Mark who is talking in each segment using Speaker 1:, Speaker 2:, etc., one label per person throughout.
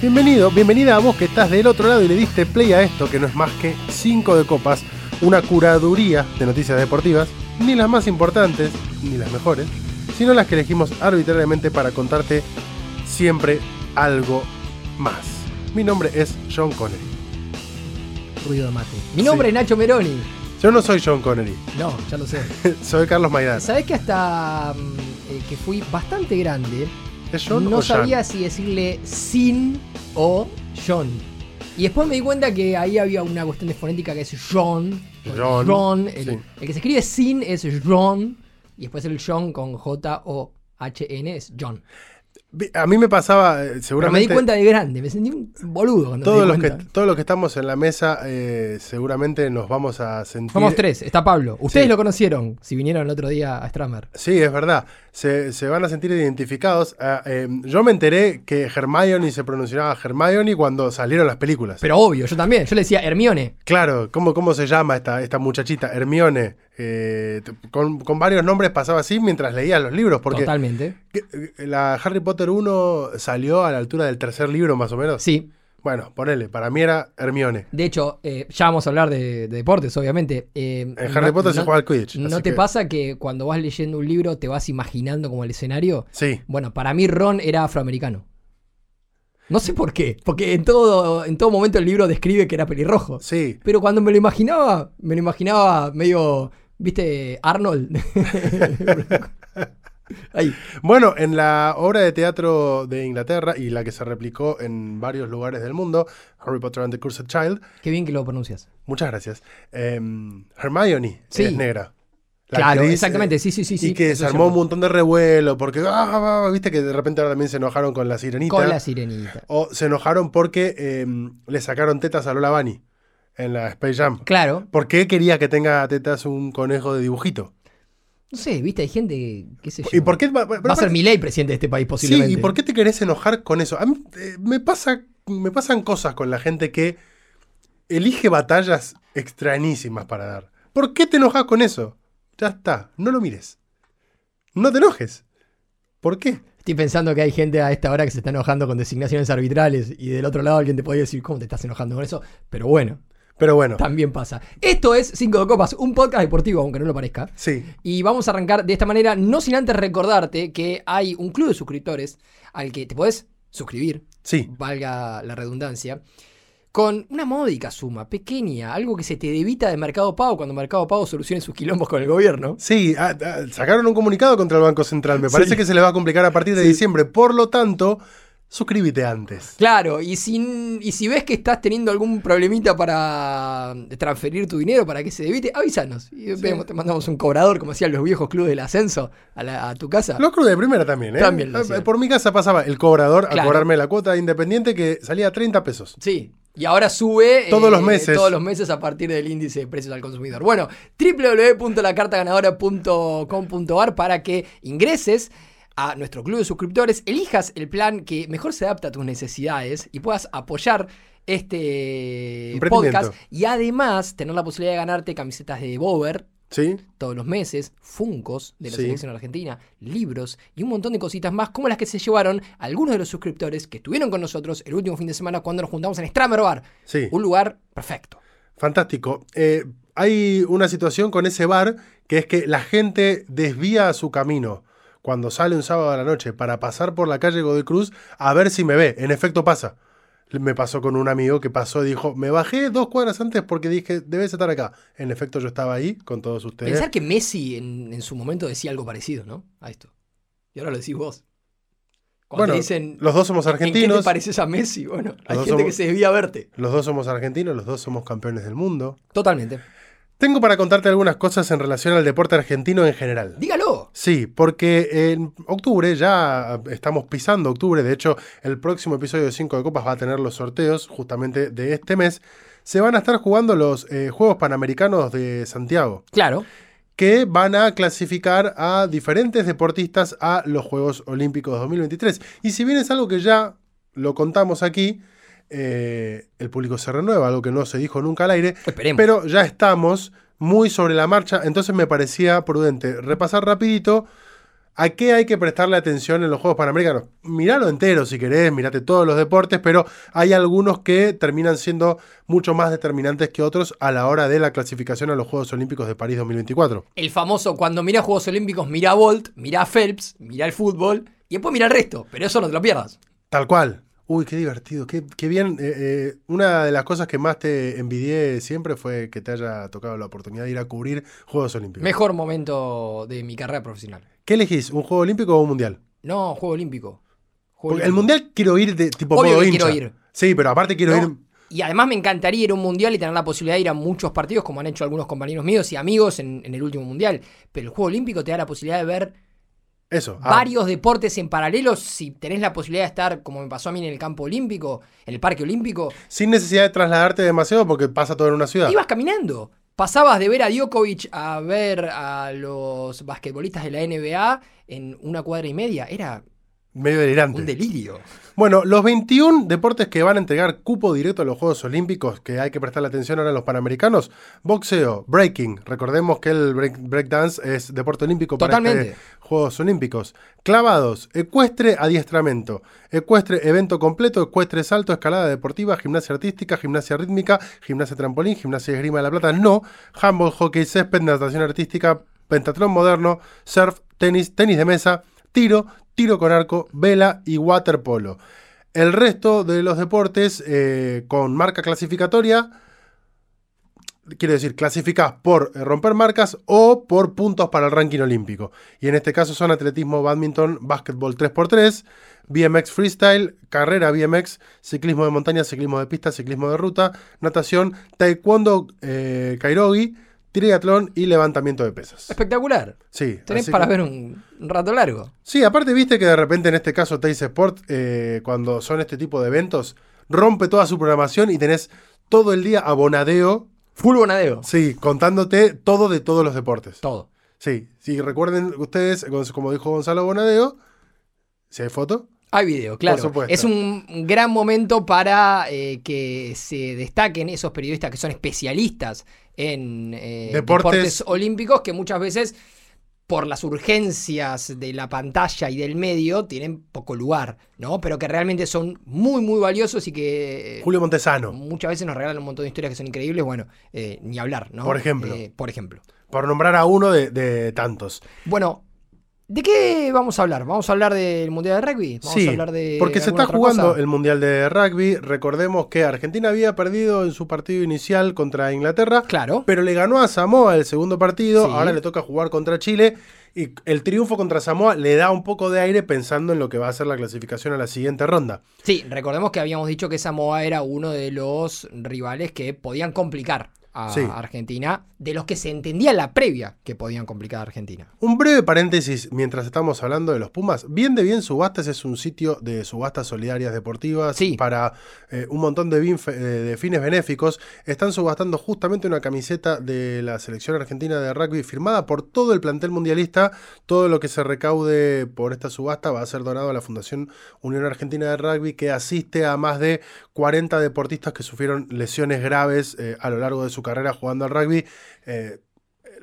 Speaker 1: Bienvenido, bienvenida a vos que estás del otro lado y le diste play a esto que no es más que 5 de copas, una curaduría de noticias deportivas, ni las más importantes, ni las mejores, sino las que elegimos arbitrariamente para contarte siempre algo más. Mi nombre es John Connery.
Speaker 2: Ruido de mate. Mi nombre es Nacho Meroni.
Speaker 1: Yo no soy John Connery,
Speaker 2: No, ya lo sé.
Speaker 1: soy Carlos Maidana.
Speaker 2: Sabés que hasta mm, eh, que fui bastante grande,
Speaker 1: ¿Es John
Speaker 2: no
Speaker 1: o Jan?
Speaker 2: sabía si decirle sin o John. Y después me di cuenta que ahí había una cuestión de fonética que es John. porque
Speaker 1: John,
Speaker 2: Ron, el,
Speaker 1: sí.
Speaker 2: el que se escribe sin es Ron. Y después el John con J-O-H-N es John.
Speaker 1: Vi- A mí me pasaba, eh,
Speaker 2: Pero me
Speaker 1: seguramente.
Speaker 2: di cuenta de grande, me sentí un boludo. cuando me
Speaker 1: todos,
Speaker 2: di
Speaker 1: los que,
Speaker 2: cuenta.
Speaker 1: todos los que estamos en la mesa, eh, seguramente nos vamos a sentir.
Speaker 2: Somos tres, está Pablo. Ustedes
Speaker 1: Sí.
Speaker 2: lo conocieron si vinieron el otro día a Stramer.
Speaker 1: Sí, es verdad. Se, se van a sentir identificados. Ah, eh, yo me enteré que Hermione se pronunciaba Hermione cuando salieron las películas.
Speaker 2: Pero obvio, yo también. Yo le decía Hermione.
Speaker 1: claro, ¿cómo, ¿cómo se llama esta, esta muchachita? Hermione. Eh, t- con, con varios nombres pasaba así mientras leías los libros. Porque
Speaker 2: Totalmente.
Speaker 1: que- eh, la Harry Potter 1 salió a la altura del tercer libro, más o menos.
Speaker 2: Sí.
Speaker 1: Bueno, ponele, para mí era Hermione.
Speaker 2: De hecho, eh, ya vamos a hablar de, de deportes, obviamente. Eh,
Speaker 1: En Harry Potter se juega al Quidditch.
Speaker 2: ¿No
Speaker 1: así
Speaker 2: te
Speaker 1: que-
Speaker 2: pasa que cuando vas leyendo un libro te vas imaginando como el escenario?
Speaker 1: Sí.
Speaker 2: Bueno, para mí Ron era afroamericano. No sé por qué, porque en todo, en todo momento el libro describe que era pelirrojo.
Speaker 1: Sí,
Speaker 2: Pero cuando me lo imaginaba, me lo imaginaba medio, viste, Arnold. Ahí.
Speaker 1: Bueno, en la obra de teatro de Inglaterra y la que se replicó en varios lugares del mundo, Harry Potter and the Cursed Child,
Speaker 2: Qué bien que lo pronuncias.
Speaker 1: muchas gracias. em, Hermione
Speaker 2: Sí.
Speaker 1: es negra. La
Speaker 2: Claro,
Speaker 1: actriz,
Speaker 2: exactamente,
Speaker 1: eh,
Speaker 2: sí, sí, sí. sí,
Speaker 1: y que
Speaker 2: eso
Speaker 1: se
Speaker 2: es
Speaker 1: armó un
Speaker 2: cierto.
Speaker 1: montón de revuelo porque, ah, ah, viste que de repente ahora también se enojaron con la sirenita.
Speaker 2: Con la sirenita.
Speaker 1: o se enojaron porque em, le sacaron tetas a Lola Bunny en la Space Jam.
Speaker 2: Claro,
Speaker 1: ¿Por qué quería que tenga tetas un conejo de dibujito?
Speaker 2: no sé, viste, hay gente que, qué sé yo.
Speaker 1: ¿Y por qué? Va,
Speaker 2: Va a ser Milei presidente de este país
Speaker 1: Sí,
Speaker 2: posiblemente.
Speaker 1: ¿y por qué te querés enojar con eso? A mí eh, me, pasa, me pasan cosas con la gente que elige batallas extrañísimas para dar. ¿Por qué te enojas con eso? Ya está, no lo mires. No te enojes. ¿Por qué?
Speaker 2: Estoy pensando que hay gente a esta hora que se está enojando con designaciones arbitrales y del otro lado alguien te podría decir, ¿cómo te estás enojando con eso? Pero bueno,
Speaker 1: Pero bueno,
Speaker 2: también pasa. Esto es Cinco de Copas, un podcast deportivo, aunque no lo parezca.
Speaker 1: sí.
Speaker 2: Y vamos a arrancar de esta manera, no sin antes recordarte que hay un club de suscriptores al que te podés suscribir,
Speaker 1: Sí,
Speaker 2: valga la redundancia, con una módica suma, pequeña, algo que se te debita de Mercado Pago cuando Mercado Pago solucione sus quilombos con el gobierno.
Speaker 1: sí, ah, ah, sacaron un comunicado contra el Banco Central. Me parece
Speaker 2: Sí.
Speaker 1: que se le va a complicar a partir de diciembre. Por lo tanto, suscríbete antes.
Speaker 2: Claro, y si, y si ves que estás teniendo algún problemita para transferir tu dinero para que se debite, avísanos. Y vemos, te mandamos un cobrador, como hacían los viejos clubes del ascenso, a, la- a tu casa.
Speaker 1: Los crudos de primera también, ¿eh?
Speaker 2: También lo
Speaker 1: Ah,
Speaker 2: hacían.
Speaker 1: Por mi casa pasaba el cobrador a
Speaker 2: Claro.
Speaker 1: cobrarme la cuota independiente que salía a 30 pesos.
Speaker 2: Sí. Y ahora sube eh,
Speaker 1: Todos los meses.
Speaker 2: todos los meses a partir del índice de precios al consumidor. Bueno, www.lacartaganadora.com.ar para que ingreses a nuestro club de suscriptores, elijas el plan que mejor se adapta a tus necesidades y puedas apoyar este
Speaker 1: Emprendimiento.
Speaker 2: podcast y además tener la posibilidad de ganarte camisetas de Bober
Speaker 1: ¿Sí?
Speaker 2: todos los meses, funcos de la
Speaker 1: Sí.
Speaker 2: selección argentina, libros y un montón de cositas más, como las que se llevaron algunos de los suscriptores que estuvieron con nosotros el último fin de semana cuando nos juntamos en Stramer Bar.
Speaker 1: Sí,
Speaker 2: Un lugar perfecto.
Speaker 1: fantástico. Eh, hay una situación con ese bar que es que la gente desvía su camino cuando sale un sábado a la noche para pasar por la calle Godoy Cruz a ver si me ve. En efecto pasa. Me pasó con un amigo que pasó y dijo, me bajé dos cuadras antes porque dije, debes estar acá. En efecto yo estaba ahí con todos ustedes.
Speaker 2: Pensar que Messi en, en su momento decía algo parecido, ¿no? A esto. Y ahora lo decís vos. Cuando
Speaker 1: bueno,
Speaker 2: te dicen,
Speaker 1: los dos somos
Speaker 2: ¿en qué te
Speaker 1: argentinos.
Speaker 2: pareces a Messi? Bueno, hay
Speaker 1: dos
Speaker 2: gente que
Speaker 1: somos-
Speaker 2: se debía verte.
Speaker 1: Los dos somos argentinos, los dos somos campeones del mundo.
Speaker 2: Totalmente.
Speaker 1: Tengo para contarte algunas cosas en relación al deporte argentino en general.
Speaker 2: Dígalo.
Speaker 1: Sí, porque en octubre ya estamos pisando octubre. De hecho, el próximo episodio de 5 de Copas va a tener los sorteos justamente de este mes. Se van a estar jugando los eh, Juegos Panamericanos de Santiago,
Speaker 2: Claro.
Speaker 1: que van a clasificar a diferentes deportistas a los Juegos Olímpicos 2023. Y si bien es algo que ya lo contamos aquí, eh, el público se renueva, algo que no se dijo nunca al aire,
Speaker 2: Esperemos.
Speaker 1: pero ya estamos muy sobre la marcha, entonces me parecía prudente repasar rapidito ¿A qué hay que prestarle atención en los Juegos Panamericanos? Miralo entero si querés, mirate todos los deportes, pero hay algunos que terminan siendo mucho más determinantes que otros a la hora de la clasificación a los Juegos Olímpicos de París 2024.
Speaker 2: El famoso cuando mira Juegos Olímpicos, mira a Bolt, mira a Phelps, mira el fútbol y después mira el resto, pero eso no te lo pierdas.
Speaker 1: Tal cual. Uy, qué divertido, qué, qué bien. Eh, eh, una de las cosas que más te envidié siempre fue que te haya tocado la oportunidad de ir a cubrir Juegos Olímpicos.
Speaker 2: Mejor momento de mi carrera profesional.
Speaker 1: ¿Qué elegís? ¿Un Juego Olímpico o un Mundial?
Speaker 2: No, Juego Olímpico.
Speaker 1: Porque el
Speaker 2: Juego Olímpico.
Speaker 1: Mundial quiero ir de tipo
Speaker 2: Obvio
Speaker 1: modo
Speaker 2: que
Speaker 1: hincha.
Speaker 2: quiero ir.
Speaker 1: Sí, pero aparte quiero
Speaker 2: ¿no?
Speaker 1: ir.
Speaker 2: Y además me encantaría ir a un mundial y tener la posibilidad de ir a muchos partidos, como han hecho algunos compañeros míos y amigos en, en el último mundial. Pero el Juego Olímpico te da la posibilidad de ver
Speaker 1: Eso. ah,
Speaker 2: varios deportes en paralelo. Si tenés la posibilidad de estar, como me pasó a mí, en el campo olímpico, en el parque olímpico,
Speaker 1: sin necesidad de trasladarte demasiado porque pasa todo en una ciudad.
Speaker 2: ibas caminando. Pasabas de ver a Djokovic a ver a los basquetbolistas de la NBA en una cuadra y media. Era
Speaker 1: Medio delirante.
Speaker 2: un delirio.
Speaker 1: Bueno, los 21 deportes que van a entregar cupo directo a los Juegos Olímpicos, que hay que prestarle atención ahora a los Panamericanos, boxeo, breaking, recordemos que el break- breakdance es deporte olímpico para
Speaker 2: Totalmente.
Speaker 1: este Juegos Olímpicos, clavados, ecuestre, adiestramiento, ecuestre, evento completo, ecuestre, salto, escalada deportiva, gimnasia artística, gimnasia rítmica, gimnasia trampolín, gimnasia esgrima de la plata, no, handball, hockey, césped, natación artística, pentatlón moderno, surf, tenis, tenis de mesa, tiro, tiro con arco, vela y waterpolo. El resto de los deportes eh, con marca clasificatoria, quiero decir, clasificás por eh, romper marcas o por puntos para el ranking olímpico. Y en este caso son atletismo, badminton, básquetbol 3x3, BMX freestyle, carrera BMX, ciclismo de montaña, ciclismo de pista, ciclismo de ruta, natación, taekwondo, eh, kairogi, triatlón y levantamiento de pesas.
Speaker 2: Espectacular.
Speaker 1: Sí,
Speaker 2: Tenés
Speaker 1: así
Speaker 2: para
Speaker 1: que-
Speaker 2: ver un, un rato largo.
Speaker 1: Sí, aparte viste que de repente en este caso Tays Sport, eh, cuando son este tipo de eventos, rompe toda su programación y tenés todo el día abonadeo,
Speaker 2: Full bonadeo.
Speaker 1: sí, contándote todo de todos los deportes.
Speaker 2: Todo.
Speaker 1: Sí, sí, recuerden ustedes, Gonz- como dijo Gonzalo Bonadeo, si hay foto,
Speaker 2: Hay video, claro.
Speaker 1: supuesto.
Speaker 2: Es un gran momento para eh, que se destaquen esos periodistas que son especialistas en eh,
Speaker 1: Deportes.
Speaker 2: deportes. olímpicos que muchas veces por las urgencias de la pantalla y del medio tienen poco lugar, ¿no? Pero que realmente son muy, muy valiosos y que eh,
Speaker 1: Julio Montesano,
Speaker 2: muchas veces nos regalan un montón de historias que son increíbles. Bueno, eh, ni hablar, ¿no?
Speaker 1: Por ejemplo.
Speaker 2: Eh, por ejemplo.
Speaker 1: por nombrar a uno de, de tantos.
Speaker 2: Bueno, ¿de qué vamos a hablar? ¿Vamos a hablar del Mundial de Rugby? ¿Vamos
Speaker 1: Sí,
Speaker 2: a hablar de
Speaker 1: porque se
Speaker 2: alguna
Speaker 1: está
Speaker 2: otra
Speaker 1: jugando
Speaker 2: cosa?
Speaker 1: el Mundial de Rugby. Recordemos que Argentina había perdido en su partido inicial contra Inglaterra,
Speaker 2: Claro.
Speaker 1: pero le ganó a Samoa el segundo partido.
Speaker 2: Sí.
Speaker 1: Ahora le toca jugar contra Chile. Y el triunfo contra Samoa le da un poco de aire pensando en lo que va a ser la clasificación a la siguiente ronda.
Speaker 2: Sí, recordemos que habíamos dicho que Samoa era uno de los rivales que podían complicar a
Speaker 1: Sí.
Speaker 2: Argentina, de los que se entendía en la previa que podían complicar a Argentina.
Speaker 1: Un breve paréntesis mientras estamos hablando de los Pumas. Bien de Bien Subastas es un sitio de subastas solidarias deportivas
Speaker 2: Sí.
Speaker 1: para eh, un montón de, binfe- eh, de fines benéficos. Están subastando justamente una camiseta de la selección argentina de rugby firmada por todo el plantel mundialista. Todo lo que se recaude por esta subasta va a ser donado a la Fundación Unión Argentina de Rugby que asiste a más de 40 deportistas que sufrieron lesiones graves eh, a lo largo de su carrera jugando al rugby. Eh,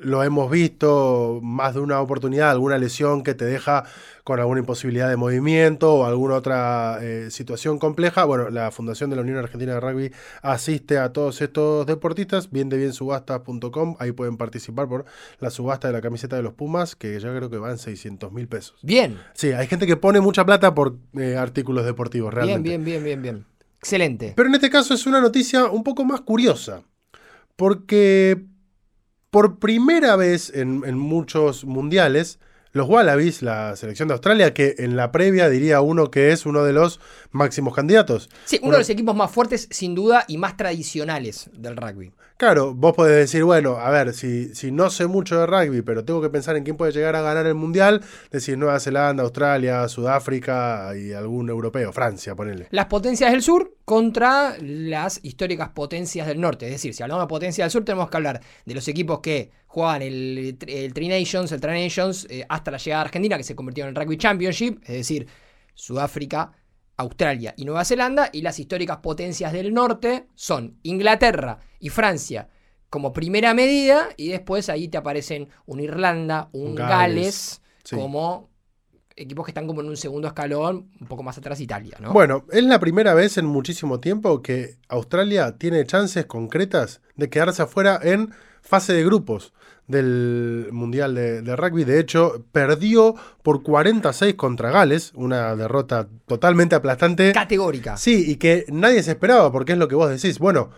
Speaker 1: lo hemos visto más de una oportunidad, alguna lesión que te deja con alguna imposibilidad de movimiento o alguna otra eh, situación compleja. Bueno, la Fundación de la Unión Argentina de Rugby asiste a todos estos deportistas, bien de bien subastas.com, ahí pueden participar por la subasta de la camiseta de los Pumas, que ya creo que van 600 mil pesos.
Speaker 2: Bien,
Speaker 1: Sí, hay gente que pone mucha plata por eh, artículos deportivos, realmente.
Speaker 2: bien, bien, bien, bien, bien. Excelente.
Speaker 1: Pero en este caso es una noticia un poco más curiosa, porque por primera vez en, en muchos mundiales, los Wallabies, la selección de Australia, que en la previa diría uno que es uno de los máximos candidatos.
Speaker 2: Sí, uno
Speaker 1: Bueno.
Speaker 2: de los equipos más fuertes, sin duda, y más tradicionales del rugby.
Speaker 1: Claro, vos podés decir, bueno, a ver, si, si no sé mucho de rugby, pero tengo que pensar en quién puede llegar a ganar el mundial, decir Nueva Zelanda, Australia, Sudáfrica y algún europeo, Francia, ponele.
Speaker 2: Las potencias del sur contra las históricas potencias del norte. Es decir, si hablamos de potencias del sur, tenemos que hablar de los equipos que jugaban el, el Tri Nations, el Tri Nations, eh, hasta la llegada de Argentina, que se convirtió en el Rugby Championship, es decir, Sudáfrica, Australia y Nueva Zelanda. Y las históricas potencias del norte son Inglaterra y Francia como primera medida, y después ahí te aparecen un Irlanda, un
Speaker 1: Gales,
Speaker 2: Gales,
Speaker 1: sí.
Speaker 2: como equipos que están como en un segundo escalón, un poco más atrás Italia, ¿no?
Speaker 1: Bueno, es la primera vez en muchísimo tiempo que Australia tiene chances concretas de quedarse afuera en fase de grupos del Mundial de, de Rugby. De hecho, perdió por 46 contra Gales, una derrota totalmente aplastante.
Speaker 2: Categórica.
Speaker 1: Sí, y que nadie se esperaba, porque es lo que vos decís. Bueno,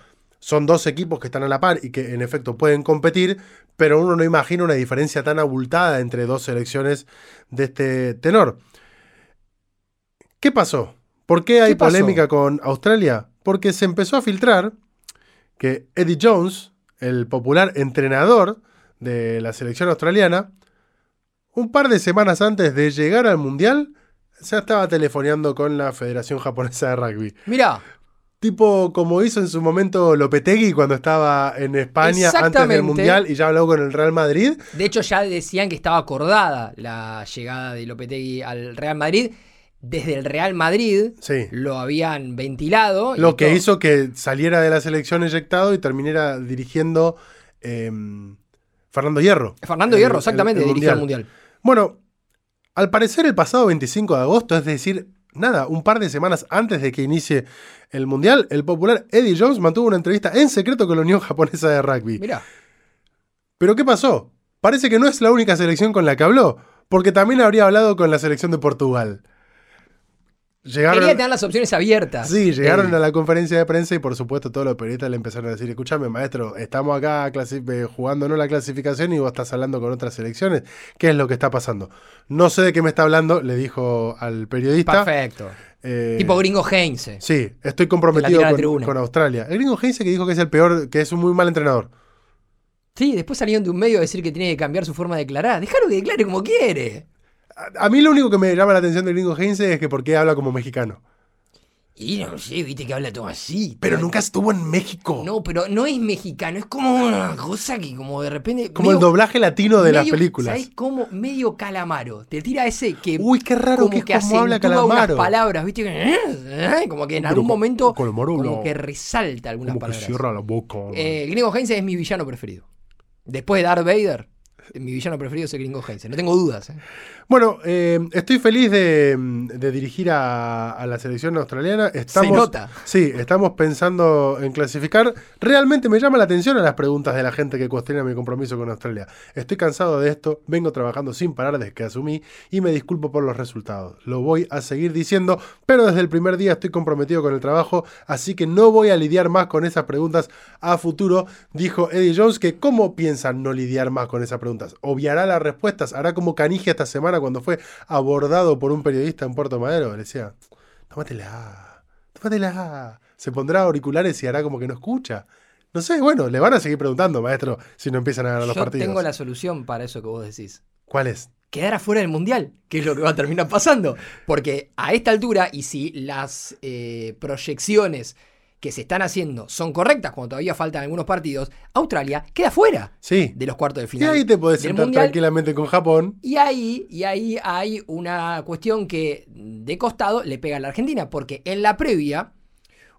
Speaker 1: son dos equipos que están a la par y que en efecto pueden competir, pero uno no imagina una diferencia tan abultada entre dos selecciones de este tenor. ¿Qué pasó? ¿Por qué hay
Speaker 2: ¿Qué pasó?
Speaker 1: polémica con Australia? Porque se empezó a filtrar que Eddie Jones, el popular entrenador de la selección australiana, un par de semanas antes de llegar al Mundial, ya estaba telefoneando con la Federación Japonesa de Rugby.
Speaker 2: Mirá,
Speaker 1: Tipo como hizo en su momento Lopetegui cuando estaba en España antes del
Speaker 2: Exactamente.
Speaker 1: Mundial y ya habló con el Real Madrid.
Speaker 2: de hecho ya decían que estaba acordada la llegada de Lopetegui al Real Madrid. Desde el Real Madrid
Speaker 1: Sí.
Speaker 2: lo habían ventilado. y
Speaker 1: Lo que
Speaker 2: todo.
Speaker 1: hizo que saliera de la selección eyectado y terminara dirigiendo eh, Fernando Hierro.
Speaker 2: Fernando
Speaker 1: el-
Speaker 2: Hierro,
Speaker 1: el-
Speaker 2: exactamente,
Speaker 1: el
Speaker 2: dirigió el
Speaker 1: Mundial.
Speaker 2: Mundial.
Speaker 1: Bueno, al parecer el pasado 25 de agosto, es decir, nada, un par de semanas antes de que inicie el Mundial, el popular Eddie Jones mantuvo una entrevista en secreto con la Unión Japonesa de Rugby.
Speaker 2: Mirá.
Speaker 1: Pero ¿qué pasó? Parece que no es la única selección con la que habló, porque también habría hablado con la selección de Portugal. Llegaron,
Speaker 2: Quería tener las opciones abiertas.
Speaker 1: sí, llegaron
Speaker 2: Eh,
Speaker 1: a la conferencia de prensa y por supuesto todos los periodistas le empezaron a decir, escúchame maestro, estamos acá clasi- eh, jugándonos la clasificación y vos estás hablando con otras selecciones, ¿qué es lo que está pasando? No sé de qué me está hablando, le dijo al periodista.
Speaker 2: Perfecto.
Speaker 1: Eh,
Speaker 2: Tipo gringo Heinze.
Speaker 1: Sí, estoy
Speaker 2: Te la
Speaker 1: comprometido
Speaker 2: tira a la
Speaker 1: con,
Speaker 2: tribuna.
Speaker 1: con Australia. El gringo Heinze que dijo que es el peor, que es un muy mal entrenador.
Speaker 2: Sí, después salieron de un medio a decir que tiene que cambiar su forma de declarar. Déjalo que declare como quiere.
Speaker 1: A, a mí lo único que me llama la atención del gringo Heinze es que por qué habla como mexicano.
Speaker 2: Y no sé, viste que habla todo así.
Speaker 1: Pero
Speaker 2: todo-
Speaker 1: nunca estuvo en México.
Speaker 2: No, pero no es mexicano, es como una cosa que como de repente.
Speaker 1: como el
Speaker 2: medio-
Speaker 1: doblaje latino de las
Speaker 2: medio-
Speaker 1: películas.
Speaker 2: ¿Sabés cómo? Medio calamaro. Te tira ese que.
Speaker 1: Uy, qué raro
Speaker 2: como
Speaker 1: que
Speaker 2: que,
Speaker 1: es como habla
Speaker 2: acentúa unas
Speaker 1: Calamaro.
Speaker 2: palabras, viste que. eh, Como que en
Speaker 1: Pero
Speaker 2: algún
Speaker 1: co-
Speaker 2: momento.
Speaker 1: Calamaro
Speaker 2: como
Speaker 1: no.
Speaker 2: que resalta algunas
Speaker 1: Como que
Speaker 2: palabras.
Speaker 1: cierra la boca.
Speaker 2: Eh, Gringo Heinze es mi villano preferido. Después de Darth Vader, mi villano preferido es el Gringo Heinze. No tengo dudas. eh.
Speaker 1: Bueno, eh, estoy feliz de, de dirigir a, a la selección australiana. Estamos,
Speaker 2: Se nota.
Speaker 1: Sí, estamos pensando en clasificar. Realmente me llama la atención a las preguntas de la gente que cuestiona mi compromiso con Australia. Estoy cansado de esto, vengo trabajando sin parar desde que asumí y me disculpo por los resultados. Lo voy a seguir diciendo, pero desde el primer día estoy comprometido con el trabajo, así que no voy a lidiar más con esas preguntas a futuro, dijo Eddie Jones, que cómo piensan no lidiar más con esas preguntas. Obviará las respuestas, hará como canija esta semana cuando fue abordado por un periodista en Puerto Madero. Le decía, tómatela, tómatela. Se pondrá auriculares y hará como que no escucha. No sé, bueno, le van a seguir preguntando, maestro, si no empiezan a ganar los
Speaker 2: Yo
Speaker 1: partidos.
Speaker 2: tengo la solución para eso que vos decís.
Speaker 1: ¿Cuál es?
Speaker 2: Quedar afuera del mundial, que es lo que va a terminar pasando. Porque a esta altura, y si las eh, proyecciones que se están haciendo son correctas, cuando todavía faltan algunos partidos, Australia queda fuera
Speaker 1: Sí.
Speaker 2: de los cuartos de
Speaker 1: Y
Speaker 2: final.
Speaker 1: ahí te podés
Speaker 2: del
Speaker 1: sentar
Speaker 2: Mundial.
Speaker 1: tranquilamente con Japón.
Speaker 2: Y ahí, y ahí hay una cuestión que de costado le pega a la Argentina, porque en la previa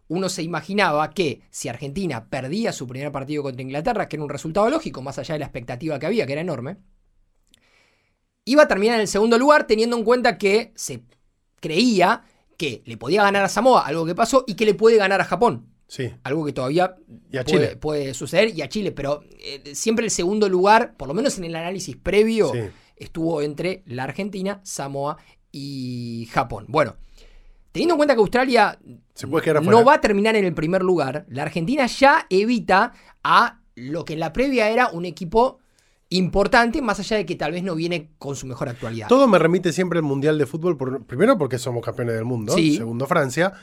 Speaker 2: uno se imaginaba que si Argentina perdía su primer partido contra Inglaterra, que era un resultado lógico, más allá de la expectativa que había, que era enorme, iba a terminar en el segundo lugar teniendo en cuenta que se creía que le podía ganar a Samoa, algo que pasó, y que le puede ganar a Japón,
Speaker 1: Sí.
Speaker 2: algo que todavía
Speaker 1: Y a
Speaker 2: puede,
Speaker 1: Chile.
Speaker 2: puede suceder, y a Chile, pero eh, siempre el segundo lugar, por lo menos en el análisis previo,
Speaker 1: Sí.
Speaker 2: estuvo entre la Argentina, Samoa y Japón. Bueno, teniendo en cuenta que Australia
Speaker 1: Se puede quedar afuera.
Speaker 2: no va a terminar en el primer lugar, la Argentina ya evita a lo que en la previa era un equipo importante, más allá de que tal vez no viene con su mejor actualidad.
Speaker 1: Todo me remite siempre al Mundial de Fútbol, por- primero porque somos campeones del mundo,
Speaker 2: Sí.
Speaker 1: segundo Francia,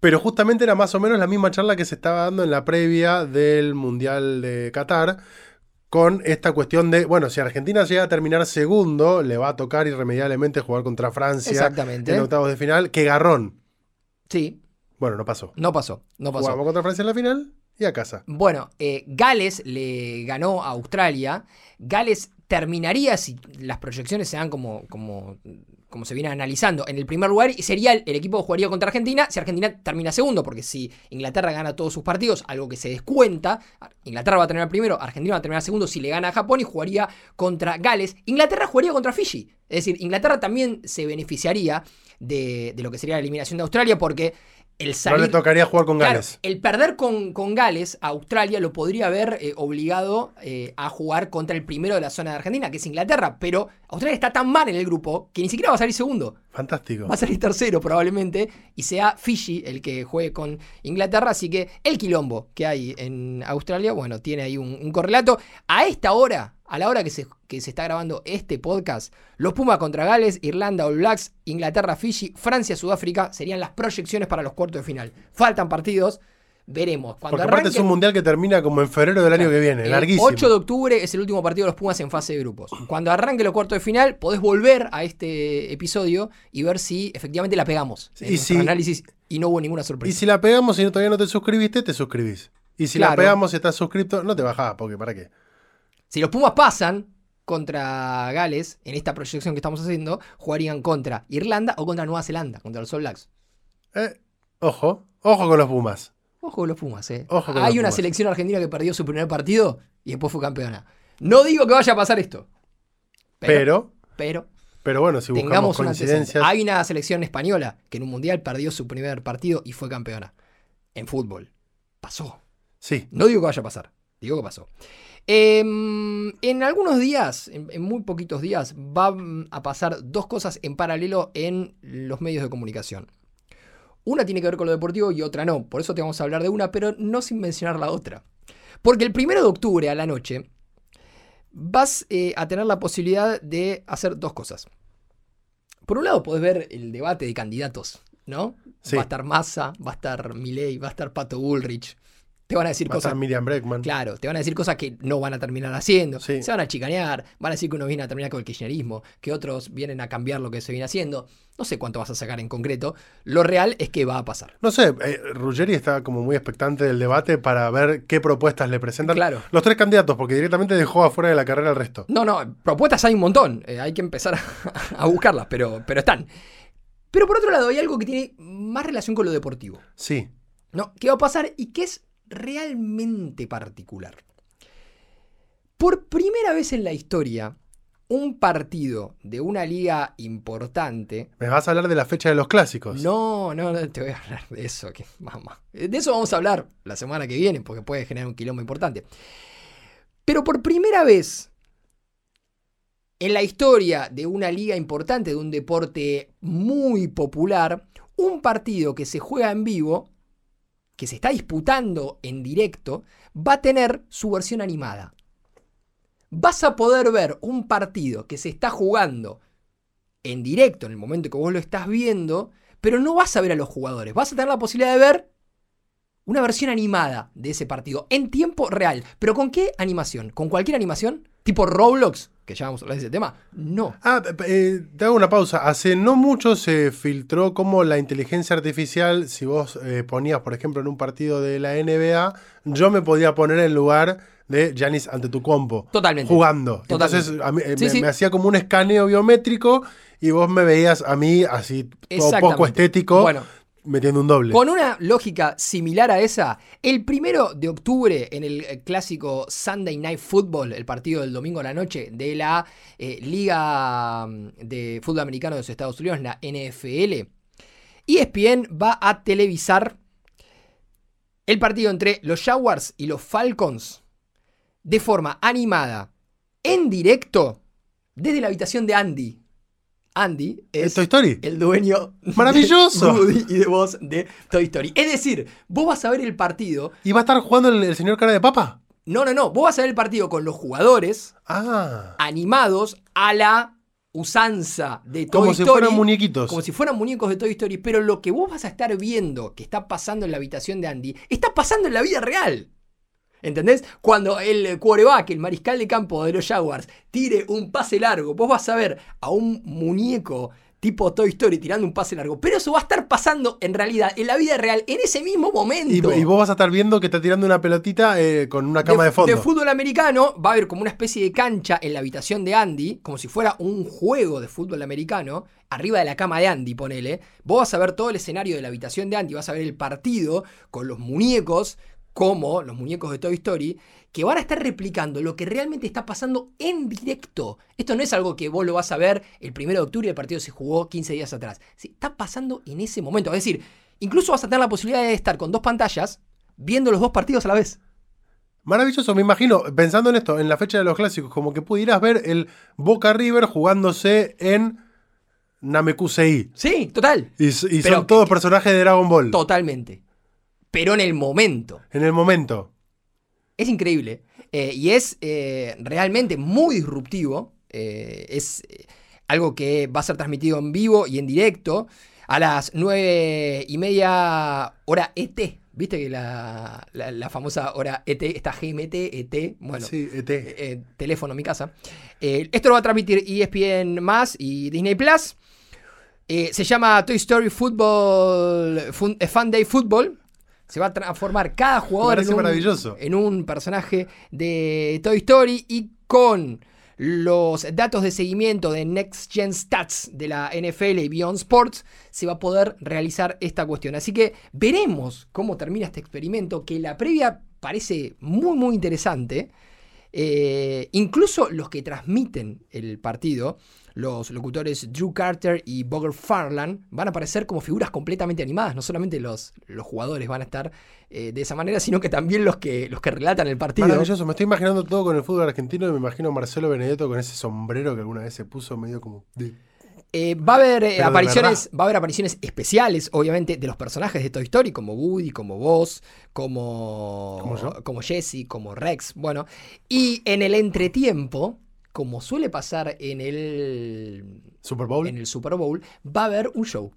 Speaker 1: pero justamente era más o menos la misma charla que se estaba dando en la previa del Mundial de Qatar, con esta cuestión de, bueno, si Argentina llega a terminar segundo, le va a tocar irremediablemente jugar contra Francia en
Speaker 2: Exactamente.
Speaker 1: octavos de final, que garrón.
Speaker 2: Sí,
Speaker 1: Bueno, no pasó.
Speaker 2: no pasó, no pasó.
Speaker 1: Jugamos contra Francia en la final y a casa.
Speaker 2: Bueno, eh, Gales le ganó a Australia. Gales terminaría, si las proyecciones se dan como, como, como se viene analizando, en el primer lugar y sería el, el equipo que jugaría contra Argentina si Argentina termina segundo, porque si Inglaterra gana todos sus partidos, algo que se descuenta, Inglaterra va a terminar primero, Argentina va a terminar segundo si le gana a Japón y jugaría contra Gales. Inglaterra jugaría contra Fiji. Es decir, Inglaterra también se beneficiaría de, de lo que sería la eliminación de Australia porque el salir...
Speaker 1: No le tocaría jugar con
Speaker 2: Claro,
Speaker 1: Gales.
Speaker 2: el perder con, con Gales a Australia lo podría haber eh, obligado eh, a jugar contra el primero de la zona de Argentina, que es Inglaterra, pero Australia está tan mal en el grupo que ni siquiera va a salir segundo,
Speaker 1: Fantástico.
Speaker 2: va a salir tercero probablemente, y sea Fiji el que juegue con Inglaterra, así que el quilombo que hay en Australia, bueno, tiene ahí un, un correlato. A esta hora, a la hora que se, que se está grabando este podcast, los Pumas contra Gales, Irlanda All Blacks, Inglaterra Fiji, Francia Sudáfrica serían las proyecciones para los cuartos de final. Faltan partidos, veremos. Cuando
Speaker 1: Porque aparte es
Speaker 2: arranquen-
Speaker 1: un mundial que termina como en febrero del año que viene,
Speaker 2: el
Speaker 1: larguísimo.
Speaker 2: 8 de octubre es el último partido de los Pumas en fase de grupos. Cuando arranque los cuartos de final, podés volver a este episodio y ver si efectivamente la pegamos.
Speaker 1: Sí,
Speaker 2: en
Speaker 1: y
Speaker 2: nuestro
Speaker 1: si-
Speaker 2: análisis y no hubo ninguna
Speaker 1: Y
Speaker 2: sorpresa.
Speaker 1: si la pegamos y no- todavía no te suscribiste, te suscribís. Y si la
Speaker 2: Claro.
Speaker 1: pegamos y estás suscrito, no te bajás, porque ¿para qué?
Speaker 2: Si los Pumas pasan contra Gales, en esta proyección que estamos haciendo, jugarían contra Irlanda o contra Nueva Zelanda, contra los All Blacks.
Speaker 1: Eh, ojo, ojo con los Pumas.
Speaker 2: Ojo con los Pumas, eh.
Speaker 1: Ojo con
Speaker 2: Hay
Speaker 1: los
Speaker 2: una
Speaker 1: Pumas.
Speaker 2: selección argentina que perdió su primer partido y después fue campeona. No digo que vaya a pasar esto. Pero,
Speaker 1: Pero,
Speaker 2: pero
Speaker 1: pero bueno, si buscamos
Speaker 2: tengamos una
Speaker 1: coincidencias.
Speaker 2: antecedente. Hay una selección española que en un mundial perdió su primer partido y fue campeona. En fútbol. Pasó.
Speaker 1: Sí,
Speaker 2: No digo que vaya a pasar, digo que pasó. Em, en algunos días, en, en muy poquitos días, van a pasar dos cosas en paralelo en los medios de comunicación. Una tiene que ver con lo deportivo y otra no. Por eso te vamos a hablar de una, pero no sin mencionar la otra. Porque el primero de octubre a la noche vas eh, a tener la posibilidad de hacer dos cosas. Por un lado, podés ver el debate de candidatos, ¿no?
Speaker 1: Sí.
Speaker 2: Va a estar Massa, va a estar Milei, va a estar Pato Bullrich. Te van a decir
Speaker 1: va a
Speaker 2: cosas
Speaker 1: estar Miriam Breckman.
Speaker 2: Claro, te van a decir cosas que no van a terminar haciendo.
Speaker 1: Sí.
Speaker 2: Se van a chicanear, van a decir que unos vienen a terminar con el kirchnerismo, que otros vienen a cambiar lo que se viene haciendo. No sé cuánto vas a sacar en concreto. Lo real es que va a pasar.
Speaker 1: No sé, eh, Ruggeri está como muy expectante del debate para ver qué propuestas le presentan.
Speaker 2: Claro.
Speaker 1: Los tres candidatos, porque directamente dejó afuera de la carrera el resto.
Speaker 2: No, no, propuestas hay un montón. eh, hay que empezar a, a buscarlas, pero, pero están. Pero por otro lado, hay algo que tiene más relación con lo deportivo.
Speaker 1: Sí,
Speaker 2: ¿no? ¿Qué va a pasar y qué es realmente particular? Por primera vez en la historia, un partido de una liga importante
Speaker 1: me vas a hablar de la fecha de los clásicos.
Speaker 2: No, no, no te voy a hablar de eso, que mamá. De eso vamos a hablar la semana que viene, porque puede generar un quilombo importante. Pero por primera vez en la historia de una liga importante, de un deporte muy popular, un partido que se juega en vivo, que se está disputando en directo, va a tener su versión animada. Vas a poder ver un partido que se está jugando en directo, en el momento que vos lo estás viendo, pero no vas a ver a los jugadores. Vas a tener la posibilidad de ver una versión animada de ese partido en tiempo real. ¿Pero con qué animación? ¿Con cualquier animación? ¿Tipo Roblox? Que ya vamos a hablar de ese tema. No.
Speaker 1: Ah, p- eh, te hago una pausa. Hace no mucho se filtró como la inteligencia artificial, si vos eh, ponías, por ejemplo, en un partido de la NBA, yo me podía poner en lugar de Giannis ante tu compo.
Speaker 2: Totalmente.
Speaker 1: Jugando.
Speaker 2: Totalmente.
Speaker 1: Entonces a mí, eh,
Speaker 2: Sí,
Speaker 1: me,
Speaker 2: sí.
Speaker 1: me hacía como un escaneo biométrico y vos me veías a mí así todo
Speaker 2: Exactamente.
Speaker 1: poco estético
Speaker 2: Bueno,
Speaker 1: metiendo un doble.
Speaker 2: Con una lógica similar a esa, el primero de octubre en el eh, clásico Sunday Night Football, el partido del domingo a la noche de la eh, Liga mm, de Fútbol Americano de los Estados Unidos, la NFL, E ESPN va a televisar el partido entre los Jaguars y los Falcons de forma animada, en directo, desde la habitación de Andy. Andy es
Speaker 1: ¿Esto Story?
Speaker 2: el dueño de
Speaker 1: Maravilloso.
Speaker 2: Woody y de voz de Toy Story. Es decir, vos vas a ver el partido.
Speaker 1: ¿Y va a estar jugando el, el señor cara de papa?
Speaker 2: No, no, no. Vos vas a ver el partido con los jugadores
Speaker 1: Ah.
Speaker 2: animados a la usanza de Toy
Speaker 1: Como si
Speaker 2: Story.
Speaker 1: fueran muñequitos.
Speaker 2: Como si fueran muñecos de Toy Story. Pero lo que vos vas a estar viendo que está pasando en la habitación de Andy, está pasando en la vida real. ¿Entendés? Cuando el quarterback, el mariscal de campo de los Jaguars, tire un pase largo, vos vas a ver a un muñeco tipo Toy Story tirando un pase largo. Pero eso va a estar pasando en realidad, en la vida real, en ese mismo
Speaker 1: Y,
Speaker 2: momento.
Speaker 1: y vos vas a estar viendo que está tirando una pelotita eh, con una cama de, fondo.
Speaker 2: fútbol americano va a haber como una especie de cancha en la habitación de Andy, como si fuera un juego de fútbol americano, arriba de la cama de Andy, ponele. Vos vas a ver todo el escenario de la habitación de Andy, vas a ver el partido con los muñecos como los muñecos de Toy Story, que van a estar replicando lo que realmente está pasando en directo. Esto no es algo que vos lo vas a ver el primero de octubre, el partido se jugó 15 días atrás. Sí, está pasando en ese momento. Es decir, incluso vas a tener la posibilidad de estar con dos pantallas viendo los dos partidos a la vez.
Speaker 1: Maravilloso, me imagino, pensando en esto, en la fecha de los clásicos, como que pudieras ver el Boca River jugándose en Namekusei.
Speaker 2: Sí, total.
Speaker 1: Y, s- y
Speaker 2: Pero
Speaker 1: son todos personajes de Dragon Ball.
Speaker 2: Totalmente. Pero en el momento.
Speaker 1: En el momento.
Speaker 2: Es increíble. eh, y es eh, realmente muy disruptivo. eh, es eh, algo que va a ser transmitido en vivo y en directo a las nueve y media hora ET. Viste que la, la- la famosa hora E ET está GMT, ET. E Bueno,
Speaker 1: sí, E ET.
Speaker 2: eh, teléfono en mi casa. Eh, esto lo va a transmitir ESPN más y Disney Plus. Eh, se llama Toy Story Football Fun, eh, Fun Day Football. Se va a transformar cada jugador
Speaker 1: parece
Speaker 2: en un,
Speaker 1: maravilloso.
Speaker 2: en un personaje de Toy Story y con los datos de seguimiento de Next Gen Stats de la NFL y Beyond Sports se va a poder realizar esta cuestión. Así que veremos cómo termina este experimento, que la previa parece muy muy interesante. Eh, incluso los que transmiten el partido, los locutores Drew Carter y Bogger Farland, van a aparecer como figuras completamente animadas. No solamente los, los jugadores van a estar eh, de esa manera, sino que también los que, los que relatan el partido.
Speaker 1: Maravilloso, me estoy imaginando todo con el fútbol argentino y me imagino a Marcelo Benedetto con ese sombrero que alguna vez se puso medio como... de-
Speaker 2: Eh, va, a haber, eh,
Speaker 1: Pero de
Speaker 2: apariciones, va a haber apariciones especiales, obviamente, de los personajes de Toy Story, como Woody, como Buzz, como,
Speaker 1: ¿Como yo?
Speaker 2: como Jesse, como Rex. Bueno, y en el entretiempo, como suele pasar en el
Speaker 1: Super Bowl.
Speaker 2: en el Super Bowl, va a haber un show.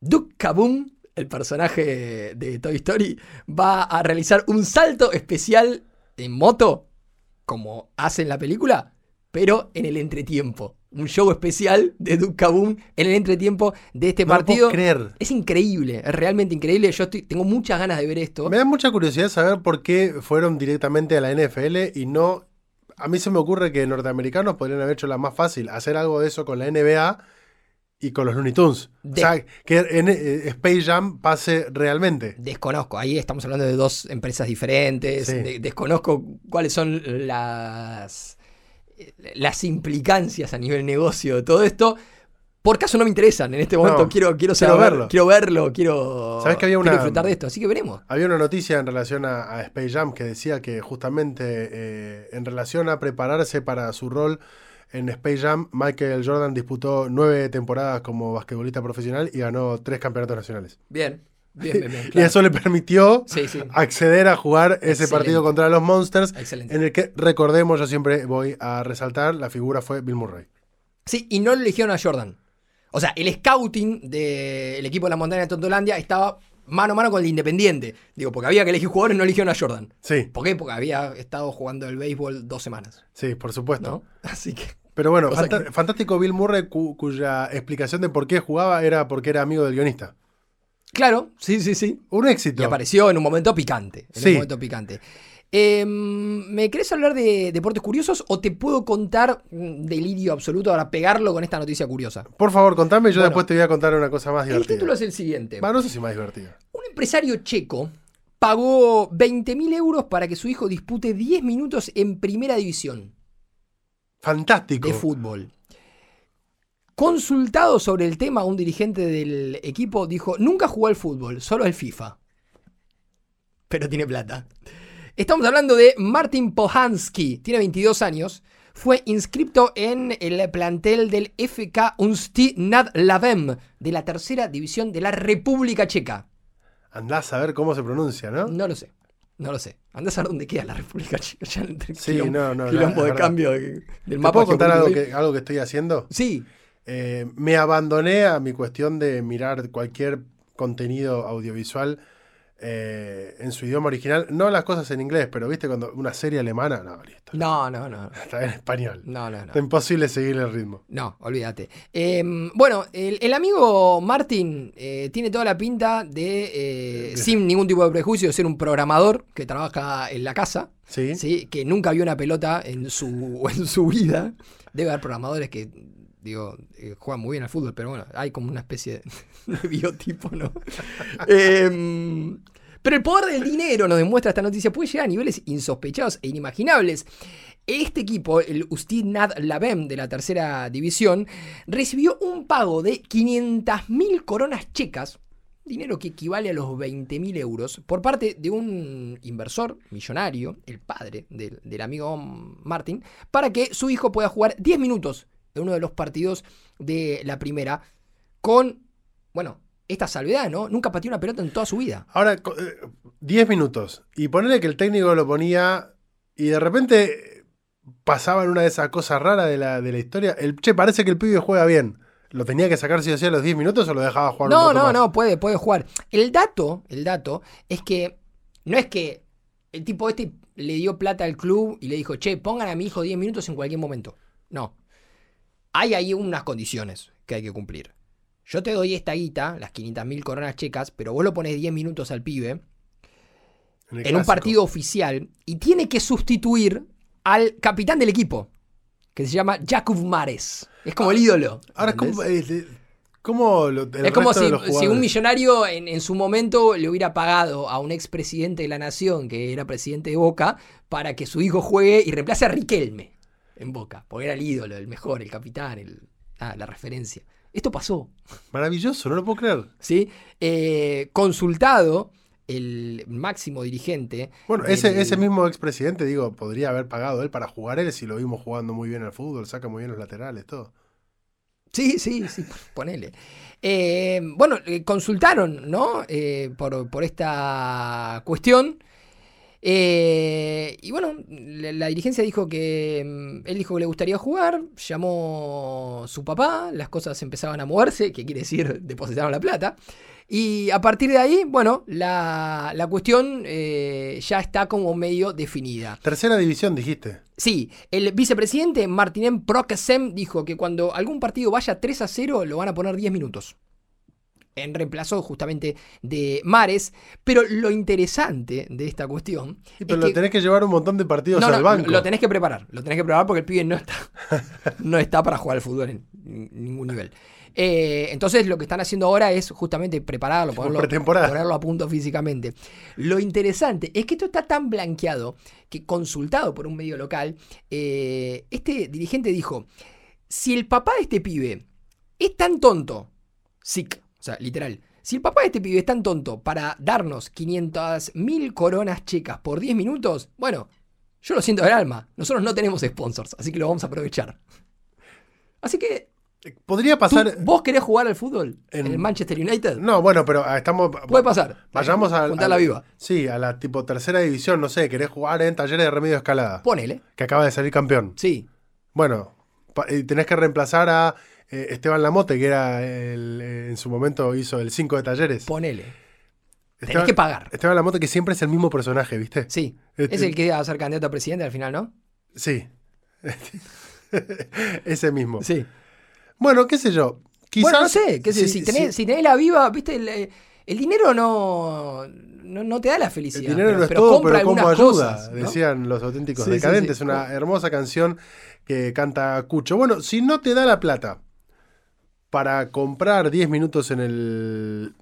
Speaker 2: Duke Kaboom, el personaje de Toy Story, va a realizar un salto especial en moto, como hace en la película, pero en el entretiempo. Un show especial de Duke Kaboom en el entretiempo de este
Speaker 1: No lo
Speaker 2: partido.
Speaker 1: puedo creer.
Speaker 2: Es increíble, es realmente increíble. Yo estoy- tengo muchas ganas de ver esto.
Speaker 1: Me da mucha curiosidad saber por qué fueron directamente a la NFL y no... A mí se me ocurre que norteamericanos podrían haber hecho la más fácil, hacer algo de eso con la NBA y con los Looney Tunes.
Speaker 2: De-
Speaker 1: O sea, que en, eh, Space Jam pase realmente.
Speaker 2: Desconozco, ahí estamos hablando de dos empresas diferentes,
Speaker 1: Sí.
Speaker 2: de- desconozco cuáles son las, las implicancias a nivel negocio de todo esto. Por caso no me interesan en este momento,
Speaker 1: No,
Speaker 2: quiero,
Speaker 1: quiero
Speaker 2: quiero, saber-
Speaker 1: verlo.
Speaker 2: quiero verlo, quiero,
Speaker 1: ¿Sabés que había
Speaker 2: quiero
Speaker 1: una-
Speaker 2: disfrutar de esto, así que veremos.
Speaker 1: Había una noticia en relación a, a Space Jam que decía que justamente eh, en relación a prepararse para su rol en Space Jam, Michael Jordan disputó nueve temporadas como basquetbolista profesional y ganó tres campeonatos nacionales.
Speaker 2: Bien, bien, bien, bien,
Speaker 1: Y
Speaker 2: claro.
Speaker 1: eso Ah. le permitió
Speaker 2: Sí, sí,
Speaker 1: acceder a jugar ese
Speaker 2: Excelente.
Speaker 1: partido contra los Monsters,
Speaker 2: excelente.
Speaker 1: en el que, recordemos, yo siempre voy a resaltar, la figura fue Bill Murray.
Speaker 2: Sí, y no lo eligieron a Jordan. O sea, el scouting del equipo de la montaña de Tontolandia estaba mano a mano con el Independiente. Digo, porque había que elegir jugadores, no eligieron a Jordan.
Speaker 1: Sí,
Speaker 2: ¿Por qué? Porque había estado jugando el béisbol dos semanas,
Speaker 1: sí, por supuesto.
Speaker 2: ¿no? Así que.
Speaker 1: Pero bueno,
Speaker 2: Cosa
Speaker 1: fanta-
Speaker 2: que-
Speaker 1: fantástico Bill Murray, cu- cuya explicación de por qué jugaba era porque era amigo del guionista.
Speaker 2: Claro, sí, sí, sí.
Speaker 1: Un éxito.
Speaker 2: Y apareció en un momento picante. En
Speaker 1: Sí.
Speaker 2: un momento picante. Em, ¿Me querés hablar de deportes curiosos o te puedo contar un delirio absoluto para pegarlo con esta noticia curiosa?
Speaker 1: Por favor, contame, yo
Speaker 2: Bueno,
Speaker 1: después te voy a contar una cosa más
Speaker 2: El
Speaker 1: divertida.
Speaker 2: título es el siguiente.
Speaker 1: Va, no sé si más divertida.
Speaker 2: Un empresario checo pagó 20.000 euros para que su hijo dispute 10 minutos en primera división.
Speaker 1: Fantástico.
Speaker 2: de fútbol. Consultado sobre el tema, un dirigente del equipo dijo, nunca jugó al fútbol, solo al FIFA. Pero tiene plata. Estamos hablando de Martin Pohansky, tiene 22 años, fue inscripto en el plantel del FK Unsti Nad Lavem de la tercera división de la República Checa.
Speaker 1: Andás a ver cómo se pronuncia, ¿no?
Speaker 2: No lo sé, no lo sé. Andás a ver dónde queda la República Checa. Ya entre
Speaker 1: Sí,
Speaker 2: quilombo-
Speaker 1: no, no, la-
Speaker 2: quilombo
Speaker 1: la
Speaker 2: de
Speaker 1: verdad.
Speaker 2: cambio de- del
Speaker 1: ¿Te
Speaker 2: mapa.
Speaker 1: puedo contar algo
Speaker 2: geopolítico.
Speaker 1: que, algo que estoy haciendo?
Speaker 2: Sí,
Speaker 1: Eh, me abandoné a mi cuestión de mirar cualquier contenido audiovisual eh, en su idioma original. No las cosas en inglés, pero viste cuando una serie alemana, no, listo.
Speaker 2: No, no, no.
Speaker 1: Está en español.
Speaker 2: No, no, no.
Speaker 1: Está imposible seguir el ritmo.
Speaker 2: No, olvídate. Eh, bueno, el, el amigo Martin eh, tiene toda la pinta de, eh, sin ningún tipo de prejuicio, ser un programador que trabaja en la casa,
Speaker 1: ¿Sí?
Speaker 2: ¿sí? que nunca vio una pelota en su, en su vida. Debe haber programadores que, digo, eh, juegan muy bien al fútbol, pero bueno, hay como una especie de, de biotipo, ¿no? Eh, Pero el poder del dinero, nos demuestra esta noticia, puede llegar a niveles insospechados e inimaginables. Este equipo, el Ustinad Labem de la tercera división, recibió un pago de 500.000 coronas checas, dinero que equivale a los 20.000 euros, por parte de un inversor millonario, el padre del, del amigo Martin, para que su hijo pueda jugar 10 minutos en uno de los partidos de la primera con, bueno, esta salvedad, ¿no? Nunca pateó una pelota en toda su vida.
Speaker 1: Ahora, co- eh, 10 minutos. Y ponerle que el técnico lo ponía y de repente eh, pasaban una de esas cosas raras de la, de la historia. El, che, parece que el pibe juega bien. ¿Lo tenía que sacar si hacía los 10 minutos o lo dejaba jugar un
Speaker 2: No,
Speaker 1: rato
Speaker 2: no,
Speaker 1: más?
Speaker 2: no, puede, puede jugar. El dato, el dato es que no es que el tipo este le dio plata al club y le dijo, che, pongan a mi hijo 10 minutos en cualquier momento. No. Hay ahí unas condiciones que hay que cumplir. Yo te doy esta guita, las 500.000 coronas checas, pero vos lo pones 10 minutos al pibe
Speaker 1: el
Speaker 2: en un
Speaker 1: clásico.
Speaker 2: partido oficial y tiene que sustituir al capitán del equipo, que se llama Jakub Mares. Es como el ídolo.
Speaker 1: Ahora, ¿cómo,
Speaker 2: ¿entendés?
Speaker 1: eh, cómo lo- el
Speaker 2: es como
Speaker 1: resto de
Speaker 2: si,
Speaker 1: los
Speaker 2: si un
Speaker 1: jugadores?
Speaker 2: millonario en, en su momento le hubiera pagado a un expresidente de la nación, que era presidente de Boca, para que su hijo juegue y reemplace a Riquelme en Boca, porque era el ídolo, el mejor, el capitán, el- ah, la referencia. Esto pasó.
Speaker 1: Maravilloso, no lo puedo creer.
Speaker 2: ¿sí? Eh, consultado el máximo dirigente.
Speaker 1: Bueno, ese,
Speaker 2: del-
Speaker 1: ese mismo expresidente, digo, podría haber pagado él para jugar él si lo vimos jugando muy bien al fútbol, saca muy bien los laterales, todo.
Speaker 2: Sí, sí, sí, ponele. Eh, bueno, eh, consultaron, ¿no? Eh, por, por esta cuestión. Eh, y bueno, la, la dirigencia dijo que mm, él dijo que le gustaría jugar, llamó su papá, las cosas empezaban a moverse, que quiere decir depositaron la plata. Y a partir de ahí, bueno, la, la cuestión eh, ya está como medio definida.
Speaker 1: Tercera división, dijiste.
Speaker 2: Sí, el vicepresidente Martinem Prokesem dijo que cuando algún partido vaya 3 a 0 lo van a poner 10 minutos. En reemplazo justamente de Mares. Pero lo interesante de esta cuestión.
Speaker 1: Y pero
Speaker 2: es
Speaker 1: lo
Speaker 2: que-
Speaker 1: tenés que llevar un montón de partidos
Speaker 2: no,
Speaker 1: al
Speaker 2: no,
Speaker 1: banco.
Speaker 2: Lo tenés que preparar. Lo tenés que preparar porque el pibe no está, no está para jugar al fútbol en ningún nivel. Eh, entonces lo que están haciendo ahora es justamente prepararlo, ponerlo,
Speaker 1: pretemporada.
Speaker 2: ponerlo a punto físicamente. Lo interesante es que esto está tan blanqueado que consultado por un medio local, eh, este dirigente dijo, si el papá de este pibe es tan tonto, sick, o sea, literal, si el papá de este pibe es tan tonto para darnos 500.000 coronas checas por 10 minutos, bueno, yo lo siento del alma, nosotros no tenemos sponsors, así que lo vamos a aprovechar. Así que,
Speaker 1: Eh, Podría
Speaker 2: tú-
Speaker 1: pasar.
Speaker 2: ¿vos querés jugar al fútbol en,
Speaker 1: En-
Speaker 2: el Manchester United?
Speaker 1: No, bueno, pero ah, estamos.
Speaker 2: Puede pasar.
Speaker 1: Vayamos a.
Speaker 2: Juntar la
Speaker 1: a-
Speaker 2: viva.
Speaker 1: Sí, a la tipo tercera división, no sé, querés jugar en Talleres de Remedio Escalada,
Speaker 2: Ponele,
Speaker 1: que acaba de salir campeón.
Speaker 2: sí.
Speaker 1: Bueno, pa- eh, tenés que reemplazar a eh, Esteban Lamote, que era el, eh, en su momento hizo el 5 de Talleres.
Speaker 2: Ponele. Tenés
Speaker 1: Esteban,
Speaker 2: que pagar.
Speaker 1: Esteban Lamote, que siempre es el mismo personaje, ¿viste?
Speaker 2: Sí.
Speaker 1: Este-
Speaker 2: Es el que va a ser candidato a presidente al final, ¿no?
Speaker 1: Sí. Ese mismo.
Speaker 2: Sí.
Speaker 1: Bueno, qué sé yo. Quizás.
Speaker 2: Bueno, no sé, qué sé yo,
Speaker 1: sí,
Speaker 2: si, tenés,
Speaker 1: sí,
Speaker 2: si tenés la viva, viste, el, eh, el dinero no, no, no te da la
Speaker 1: El
Speaker 2: felicidad.
Speaker 1: dinero
Speaker 2: pero,
Speaker 1: no es
Speaker 2: pero
Speaker 1: todo,
Speaker 2: compra
Speaker 1: pero como ayuda,
Speaker 2: algunas cosas, ¿no?
Speaker 1: decían los auténticos
Speaker 2: Sí, sí,
Speaker 1: decadentes.
Speaker 2: sí.
Speaker 1: Una hermosa canción que canta Cucho. Bueno, si no te da la plata para comprar 10 minutos en el.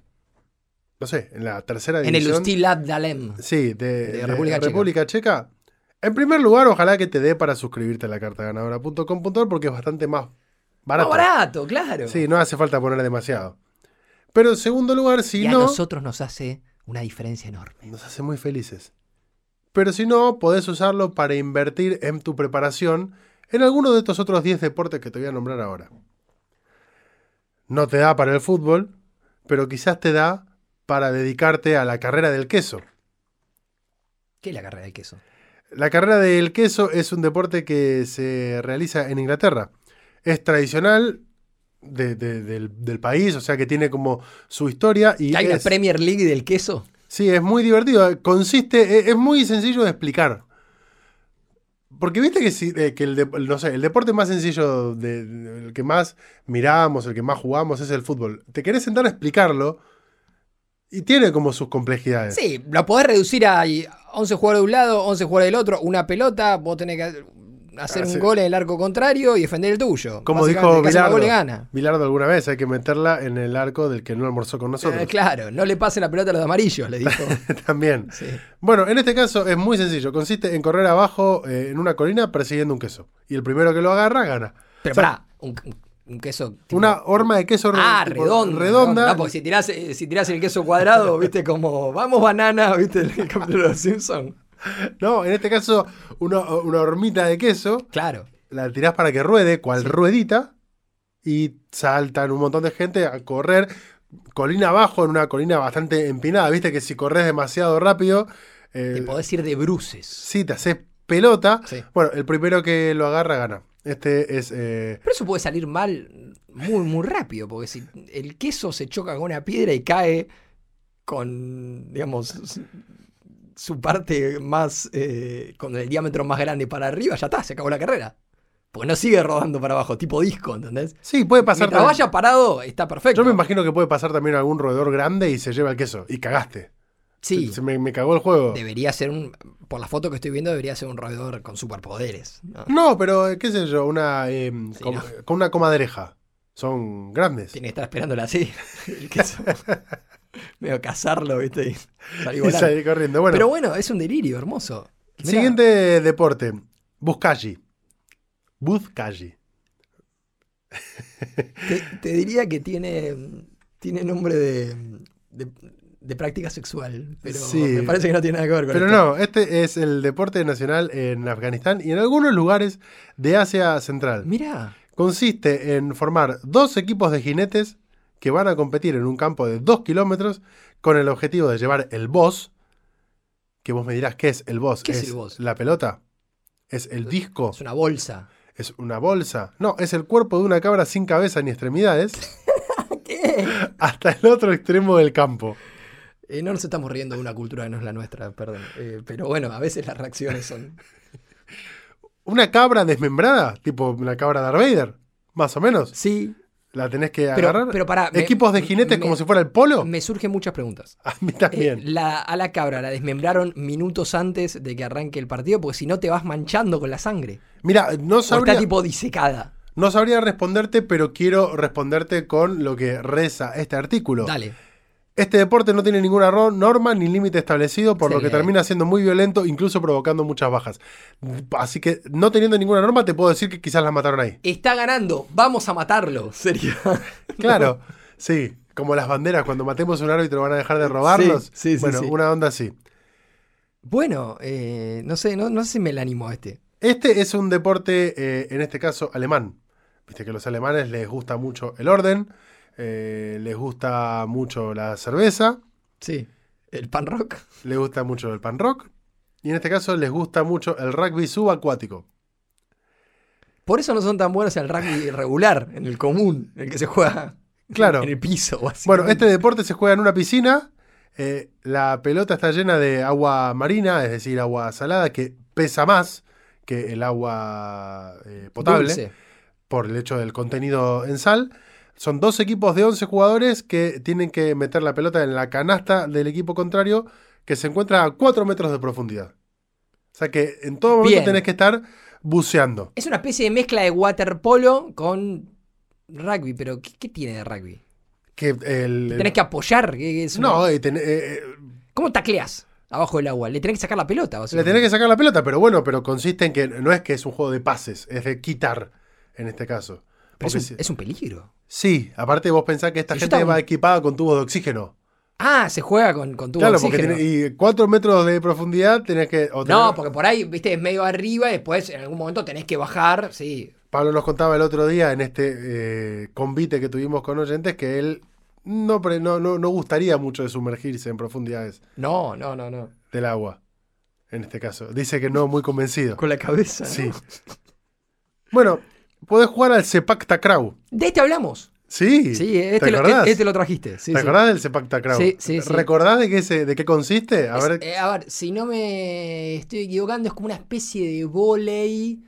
Speaker 1: No sé, en la tercera
Speaker 2: En el
Speaker 1: división.
Speaker 2: Ustil Abdalem.
Speaker 1: Sí, de,
Speaker 2: De
Speaker 1: de
Speaker 2: República
Speaker 1: República,
Speaker 2: Checa.
Speaker 1: Checa. En primer lugar, ojalá que te dé para suscribirte a la carta ganadora.com.ar porque es bastante más
Speaker 2: Más
Speaker 1: barato.
Speaker 2: barato, claro.
Speaker 1: Sí, no hace falta poner demasiado. Pero en segundo lugar,
Speaker 2: y
Speaker 1: si
Speaker 2: a
Speaker 1: no,
Speaker 2: nosotros nos hace una diferencia enorme.
Speaker 1: nos hace muy felices. Pero si no, podés usarlo para invertir en tu preparación en alguno de estos otros 10 deportes que te voy a nombrar ahora. No te da para el fútbol, pero quizás te da para dedicarte a la carrera del queso.
Speaker 2: ¿Qué es la carrera del queso?
Speaker 1: La carrera del queso es un deporte que se realiza en Inglaterra. Es tradicional de- de- del, del país, o sea que tiene como su historia y
Speaker 2: ¿Hay una
Speaker 1: es-
Speaker 2: Premier League del queso?
Speaker 1: Sí, es muy divertido. Consiste, e, es, es muy sencillo de explicar. Porque viste que, si- eh, que el, dep- no sé, el deporte más sencillo, de- de- el que más miramos, el que más jugamos, es el fútbol. Te querés sentar a explicarlo y tiene como sus complejidades.
Speaker 2: Sí, lo podés reducir a 11 jugadores de un lado, 11 jugadores del otro, una pelota, vos tenés que hacer
Speaker 1: Ah, sí.
Speaker 2: un gol en el arco contrario y defender el tuyo.
Speaker 1: Como
Speaker 2: Básicamente,
Speaker 1: dijo
Speaker 2: el que hace más
Speaker 1: Bilardo,
Speaker 2: goles gana.
Speaker 1: Bilardo alguna vez, hay que meterla en el arco del que no almorzó con nosotros.
Speaker 2: Eh, claro, no le pasen la pelota a los amarillos, le dijo.
Speaker 1: También.
Speaker 2: Sí.
Speaker 1: Bueno, en este caso es muy sencillo. Consiste en correr abajo eh, en una colina persiguiendo un queso. Y el primero que lo agarra gana.
Speaker 2: Pero
Speaker 1: O sea,
Speaker 2: pará, un, un queso. tipo-
Speaker 1: Una horma de queso re-
Speaker 2: Ah,
Speaker 1: tipo,
Speaker 2: redonda.
Speaker 1: redonda.
Speaker 2: No, porque si tirás, eh, si tirás el queso cuadrado, viste como, vamos banana, viste el capítulo de los Simpsons.
Speaker 1: No, en este caso, una, una hormita de queso,
Speaker 2: Claro.
Speaker 1: la tirás para que ruede, cual ruedita, y saltan un montón de gente a correr colina abajo en una colina bastante empinada. Viste que si corres demasiado rápido, eh,
Speaker 2: Te podés ir de bruces.
Speaker 1: sí, te haces pelota.
Speaker 2: Sí.
Speaker 1: Bueno, el primero que lo agarra gana. Este es. eh,
Speaker 2: Pero eso puede salir mal muy, muy rápido, porque si el queso se choca con una piedra y cae con, digamos, su, su parte más, eh, con el diámetro más grande para arriba, ya está, se acabó la carrera. Porque no sigue rodando para abajo, tipo disco, ¿entendés?
Speaker 1: sí, puede pasar.
Speaker 2: Mientras
Speaker 1: también.
Speaker 2: vaya parado, está perfecto.
Speaker 1: Yo me imagino que puede pasar también algún roedor grande y se lleva el queso. Y cagaste.
Speaker 2: Sí,
Speaker 1: Se- se me, me cagó el juego.
Speaker 2: debería ser un, por la foto que estoy viendo, debería ser un roedor con superpoderes. ¿no?
Speaker 1: No, pero eh, qué sé yo, una eh,
Speaker 2: Sí,
Speaker 1: com-
Speaker 2: no.
Speaker 1: con una comadreja. Son grandes.
Speaker 2: Tiene que estar esperándola así. El queso. Medio cazarlo, ¿viste? Y salir
Speaker 1: Y
Speaker 2: volando.
Speaker 1: salir corriendo. Bueno,
Speaker 2: Pero bueno, es un delirio hermoso. Mirá,
Speaker 1: siguiente deporte. Buscaji. Buzcaji.
Speaker 2: Te, te diría que tiene, tiene nombre de, de, de práctica sexual, pero
Speaker 1: Sí.
Speaker 2: me parece que no tiene nada que ver con
Speaker 1: Pero
Speaker 2: esto.
Speaker 1: no, este es el deporte nacional en Afganistán y en algunos lugares de Asia Central.
Speaker 2: Mirá,
Speaker 1: consiste en formar dos equipos de jinetes que van a competir en un campo de 2 kilómetros con el objetivo de llevar el boss, que vos me dirás, ¿qué es el boss?
Speaker 2: ¿Qué es el boss?
Speaker 1: la pelota? ¿Es el disco?
Speaker 2: es una bolsa.
Speaker 1: ¿Es una bolsa? No, es el cuerpo de una cabra sin cabeza ni extremidades
Speaker 2: ¿Qué?
Speaker 1: hasta el otro extremo del campo.
Speaker 2: Eh, no nos estamos riendo de una cultura que no es la nuestra, perdón. Eh, pero bueno, a veces las reacciones son...
Speaker 1: ¿Una cabra desmembrada? Tipo una cabra Darth Vader, más o menos.
Speaker 2: Sí,
Speaker 1: ¿La tenés que
Speaker 2: pero,
Speaker 1: agarrar?
Speaker 2: pero pará. me-
Speaker 1: ¿Equipos de jinetes
Speaker 2: me-
Speaker 1: como si fuera el polo?
Speaker 2: Me surgen muchas preguntas.
Speaker 1: A mí
Speaker 2: Eh,
Speaker 1: también.
Speaker 2: la, a la cabra la desmembraron minutos antes de que arranque el partido, porque si no te vas manchando con la sangre.
Speaker 1: Mira, no
Speaker 2: O
Speaker 1: sabría...
Speaker 2: está tipo disecada.
Speaker 1: No sabría responderte, pero quiero responderte con lo que reza este artículo.
Speaker 2: Dale.
Speaker 1: Este deporte no tiene ninguna ro- norma ni límite establecido, por lo que
Speaker 2: Excelente.
Speaker 1: termina siendo muy violento, incluso provocando muchas bajas. Así que no teniendo ninguna norma, te puedo decir que quizás las mataron ahí.
Speaker 2: Está ganando, vamos a matarlo. Sería.
Speaker 1: Claro, sí. Como las banderas, cuando matemos a un árbitro van a dejar de robarlos.
Speaker 2: sí, sí,
Speaker 1: bueno,
Speaker 2: sí.
Speaker 1: una onda así.
Speaker 2: Bueno, eh, no sé, no, no sé si me la animo a este.
Speaker 1: Este es un deporte, eh, en este caso, alemán. Viste que a los alemanes les gusta mucho el orden, eh, les gusta mucho la cerveza.
Speaker 2: Sí. El pan rock.
Speaker 1: Le gusta mucho el pan rock. Y en este caso les gusta mucho el rugby subacuático.
Speaker 2: Por eso no son tan buenos en el rugby regular, en el común, en el que se juega.
Speaker 1: Claro.
Speaker 2: En el piso,
Speaker 1: Bueno,
Speaker 2: básicamente.
Speaker 1: este deporte se juega en una piscina. eh, la pelota está llena de agua marina, es decir, agua salada, que pesa más que el agua eh, potable
Speaker 2: Dulce.
Speaker 1: por el hecho del contenido en sal. Son dos equipos de 11 jugadores que tienen que meter la pelota en la canasta del equipo contrario que se encuentra a 4 metros de profundidad. O sea que en todo momento
Speaker 2: Bien.
Speaker 1: tenés que estar buceando.
Speaker 2: Es una especie de mezcla de waterpolo con rugby, pero ¿qué, qué tiene de rugby?
Speaker 1: Que el,
Speaker 2: Tenés que apoyar. ¿qué es una-
Speaker 1: No, eh, ten- eh, eh,
Speaker 2: ¿Cómo tacleas abajo del agua? Le tenés que sacar la pelota.
Speaker 1: le
Speaker 2: básicamente.
Speaker 1: tenés que sacar la pelota, pero bueno, pero consiste en que no es que es un juego de pases, es de quitar en este caso.
Speaker 2: Pero es
Speaker 1: Porque
Speaker 2: un,
Speaker 1: si-
Speaker 2: es un peligro.
Speaker 1: Sí, aparte vos pensás que esta
Speaker 2: Si yo
Speaker 1: gente
Speaker 2: estaba-
Speaker 1: va equipada con tubos de oxígeno.
Speaker 2: Ah, se juega con, con tu
Speaker 1: claro,
Speaker 2: oxígeno.
Speaker 1: porque tiene, y cuatro metros de profundidad tenés que. o
Speaker 2: No,
Speaker 1: tener-
Speaker 2: porque por ahí, viste, es medio arriba y después en algún momento tenés que bajar, sí.
Speaker 1: Pablo nos contaba el otro día en este eh, convite que tuvimos con oyentes que él no, pre- no, no, no gustaría mucho de sumergirse en profundidades
Speaker 2: No, no, no, no.
Speaker 1: del agua. En este caso. Dice que no muy convencido.
Speaker 2: Con la cabeza.
Speaker 1: Sí. Bueno, podés jugar al Sepak Takraw.
Speaker 2: De este hablamos.
Speaker 1: Sí.
Speaker 2: Sí,
Speaker 1: ¿Te
Speaker 2: este, lo,
Speaker 1: acordás?
Speaker 2: este lo trajiste. Sí,
Speaker 1: ¿Te
Speaker 2: sí.
Speaker 1: acordás del Sepak Takraw?
Speaker 2: Sí, sí, sí.
Speaker 1: ¿Recordás de qué, se- de qué consiste? A
Speaker 2: Es-
Speaker 1: ver,
Speaker 2: eh, a ver, si no me estoy equivocando, es como una especie de volei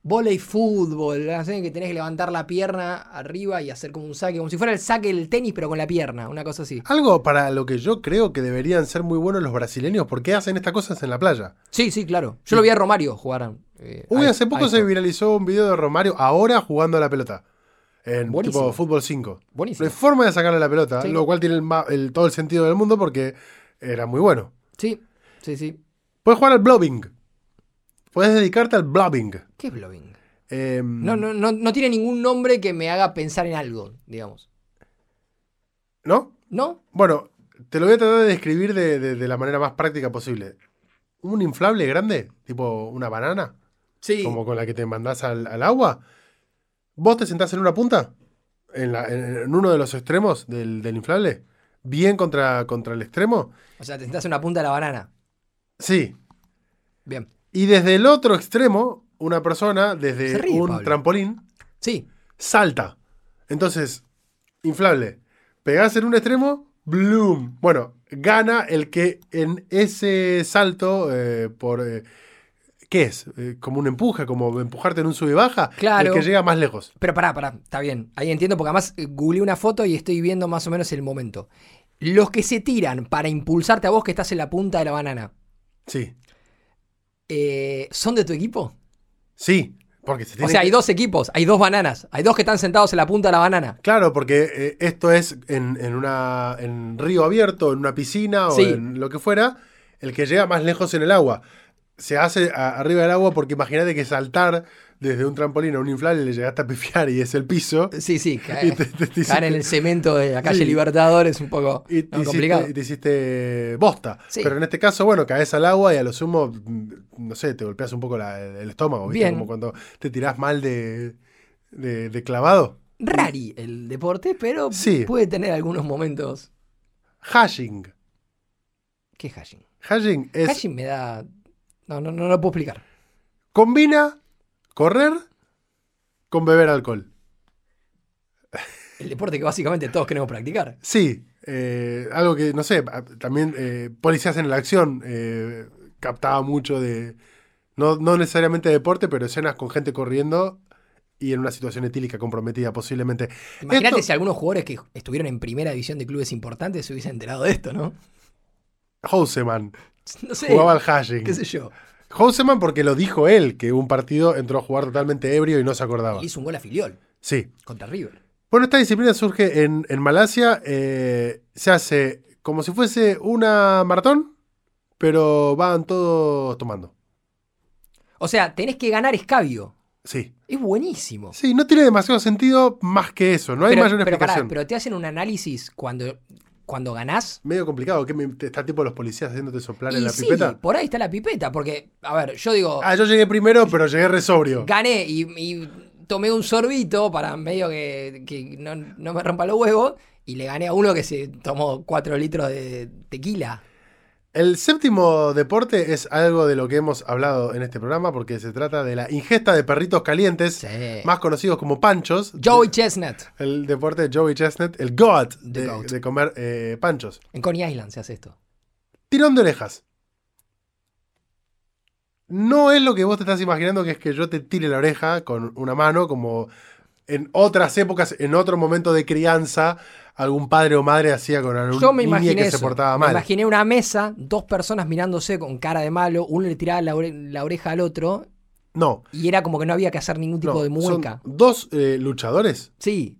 Speaker 2: volei fútbol, la sensación de que tenés que levantar la pierna arriba y hacer como un saque, como si fuera el saque del tenis, pero con la pierna, una cosa así.
Speaker 1: Algo para lo que yo creo que deberían ser muy buenos los brasileños, porque hacen estas cosas en la playa.
Speaker 2: Sí, sí, claro. Yo lo vi a Romario jugar. eh,
Speaker 1: Uy,
Speaker 2: a-
Speaker 1: hace
Speaker 2: a
Speaker 1: poco
Speaker 2: esto.
Speaker 1: se viralizó un video de Romario ahora jugando a la pelota. En
Speaker 2: Buenísimo.
Speaker 1: tipo fútbol 5. No
Speaker 2: Buenísimo.
Speaker 1: hay forma de sacarle la pelota,
Speaker 2: Sí.
Speaker 1: lo cual tiene el ma- el- todo el sentido del mundo porque era muy bueno.
Speaker 2: Sí, sí, sí.
Speaker 1: Puedes jugar al blobbing. Puedes dedicarte al blobbing.
Speaker 2: ¿Qué es blowing?
Speaker 1: Em,
Speaker 2: No, no, no, no tiene ningún nombre que me haga pensar en algo, digamos.
Speaker 1: ¿no?
Speaker 2: ¿No?
Speaker 1: Bueno, te lo voy a tratar de describir de, de- de la manera más práctica posible. Un inflable grande, tipo una banana,
Speaker 2: Sí.
Speaker 1: como con la que te mandás al, al agua. Vos te sentás en una punta, en, la- en- en uno de los extremos del, del inflable, bien contra, contra el extremo.
Speaker 2: O sea, te sentás en una punta de la banana.
Speaker 1: Sí.
Speaker 2: Bien.
Speaker 1: Y desde el otro extremo, una persona,
Speaker 2: Se
Speaker 1: desde
Speaker 2: ríe,
Speaker 1: un
Speaker 2: Pablo.
Speaker 1: trampolín,
Speaker 2: Sí.
Speaker 1: salta. Entonces, inflable. Pegás en un extremo, bloom. Bueno, gana el que en ese salto, eh, por. eh, ¿Qué es? Eh, como un empuje, como empujarte en un sub y baja.
Speaker 2: Claro.
Speaker 1: El que llega más lejos.
Speaker 2: Pero pará, pará, está bien. Ahí entiendo, porque además eh, googleé una foto y estoy viendo más o menos el momento. Los que se tiran para impulsarte a vos que estás en la punta de la banana,
Speaker 1: Sí.
Speaker 2: eh, ¿son de tu equipo?
Speaker 1: Sí. Porque se
Speaker 2: O
Speaker 1: tiene.
Speaker 2: sea, hay dos equipos, hay dos bananas, hay dos que están sentados en la punta de la banana.
Speaker 1: Claro, porque eh, esto es en, en una, en río abierto, en una piscina o
Speaker 2: Sí.
Speaker 1: en lo que fuera, el que llega más lejos en el agua. Se hace a- arriba del agua porque imagínate que saltar desde un trampolín a un inflable le llegaste a pifiar y es el piso.
Speaker 2: Sí, sí,
Speaker 1: Y
Speaker 2: caen
Speaker 1: te, te- te
Speaker 2: Eh, en el
Speaker 1: hiciste-
Speaker 2: cemento de la calle
Speaker 1: Sí.
Speaker 2: Libertadores es un poco
Speaker 1: y te
Speaker 2: no, complicado.
Speaker 1: hiciste, y te hiciste bosta.
Speaker 2: Sí.
Speaker 1: Pero en este caso, bueno, caes al agua y a lo sumo, mm, no sé, te golpeas un poco la- el estómago, ¿viste?
Speaker 2: Bien.
Speaker 1: Como cuando te tirás mal de- de- de clavado.
Speaker 2: Rari el deporte, pero
Speaker 1: Mm. Sí.
Speaker 2: puede tener algunos momentos.
Speaker 1: Hashing.
Speaker 2: ¿Qué es hashing?
Speaker 1: Hashing es
Speaker 2: Hashing me da. No, no, no lo puedo explicar.
Speaker 1: Combina correr con beber alcohol.
Speaker 2: El deporte que básicamente todos queremos practicar.
Speaker 1: Sí, eh, algo que, no sé, a- también eh, Policías en la Acción eh, captaba mucho de, no, no necesariamente deporte, pero escenas con gente corriendo y en una situación etílica comprometida posiblemente.
Speaker 2: Imagínate
Speaker 1: Esto-
Speaker 2: si algunos jugadores que estuvieron en primera división de clubes importantes se hubiesen enterado de esto, ¿no?
Speaker 1: Houseman
Speaker 2: No sé.
Speaker 1: jugaba al hashing.
Speaker 2: ¿Qué sé yo?
Speaker 1: Houseman porque lo dijo él, que un partido entró a jugar totalmente ebrio y no se acordaba.
Speaker 2: Le hizo un gol a Filiol
Speaker 1: Sí.
Speaker 2: contra River.
Speaker 1: Bueno, esta disciplina surge en, en Malasia. eh, se hace como si fuese una maratón, pero van todos tomando.
Speaker 2: O sea, tenés que ganar escabio.
Speaker 1: Sí.
Speaker 2: Es buenísimo.
Speaker 1: Sí, no tiene demasiado sentido más que eso. No hay
Speaker 2: pero,
Speaker 1: mayor
Speaker 2: pero pará,
Speaker 1: explicación.
Speaker 2: pero te hacen un análisis cuando, cuando ganás.
Speaker 1: Medio complicado. que está tipo los policías haciéndote soplar en
Speaker 2: y
Speaker 1: la
Speaker 2: sí,
Speaker 1: pipeta?
Speaker 2: por ahí está la pipeta. Porque, a ver, yo digo,
Speaker 1: Ah, yo llegué primero, pero llegué resobrio.
Speaker 2: gané y, y tomé un sorbito para medio que, que no, no me rompa los huevos. Y le gané a uno que se tomó 4 litros de tequila.
Speaker 1: El séptimo deporte es algo de lo que hemos hablado en este programa, porque se trata de la ingesta de perritos calientes,
Speaker 2: Sí.
Speaker 1: más conocidos como panchos.
Speaker 2: Joey Chestnut.
Speaker 1: El deporte de Joey Chestnut, el goat
Speaker 2: The
Speaker 1: de,
Speaker 2: goat.
Speaker 1: de comer eh, panchos.
Speaker 2: En Coney Island se hace esto.
Speaker 1: Tirón de orejas. No es lo que vos te estás imaginando que es que yo te tire la oreja con una mano, como en otras épocas, en otro momento de crianza, algún padre o madre hacía con algún
Speaker 2: Yo me
Speaker 1: niño
Speaker 2: imaginé
Speaker 1: que
Speaker 2: eso.
Speaker 1: se portaba
Speaker 2: Me
Speaker 1: mal.
Speaker 2: imaginé una mesa, dos personas mirándose con cara de malo, uno le tiraba la, ore- la oreja al otro
Speaker 1: No,
Speaker 2: y era como que no había que hacer ningún tipo
Speaker 1: no,
Speaker 2: de
Speaker 1: son
Speaker 2: mueca.
Speaker 1: dos eh, luchadores
Speaker 2: Sí,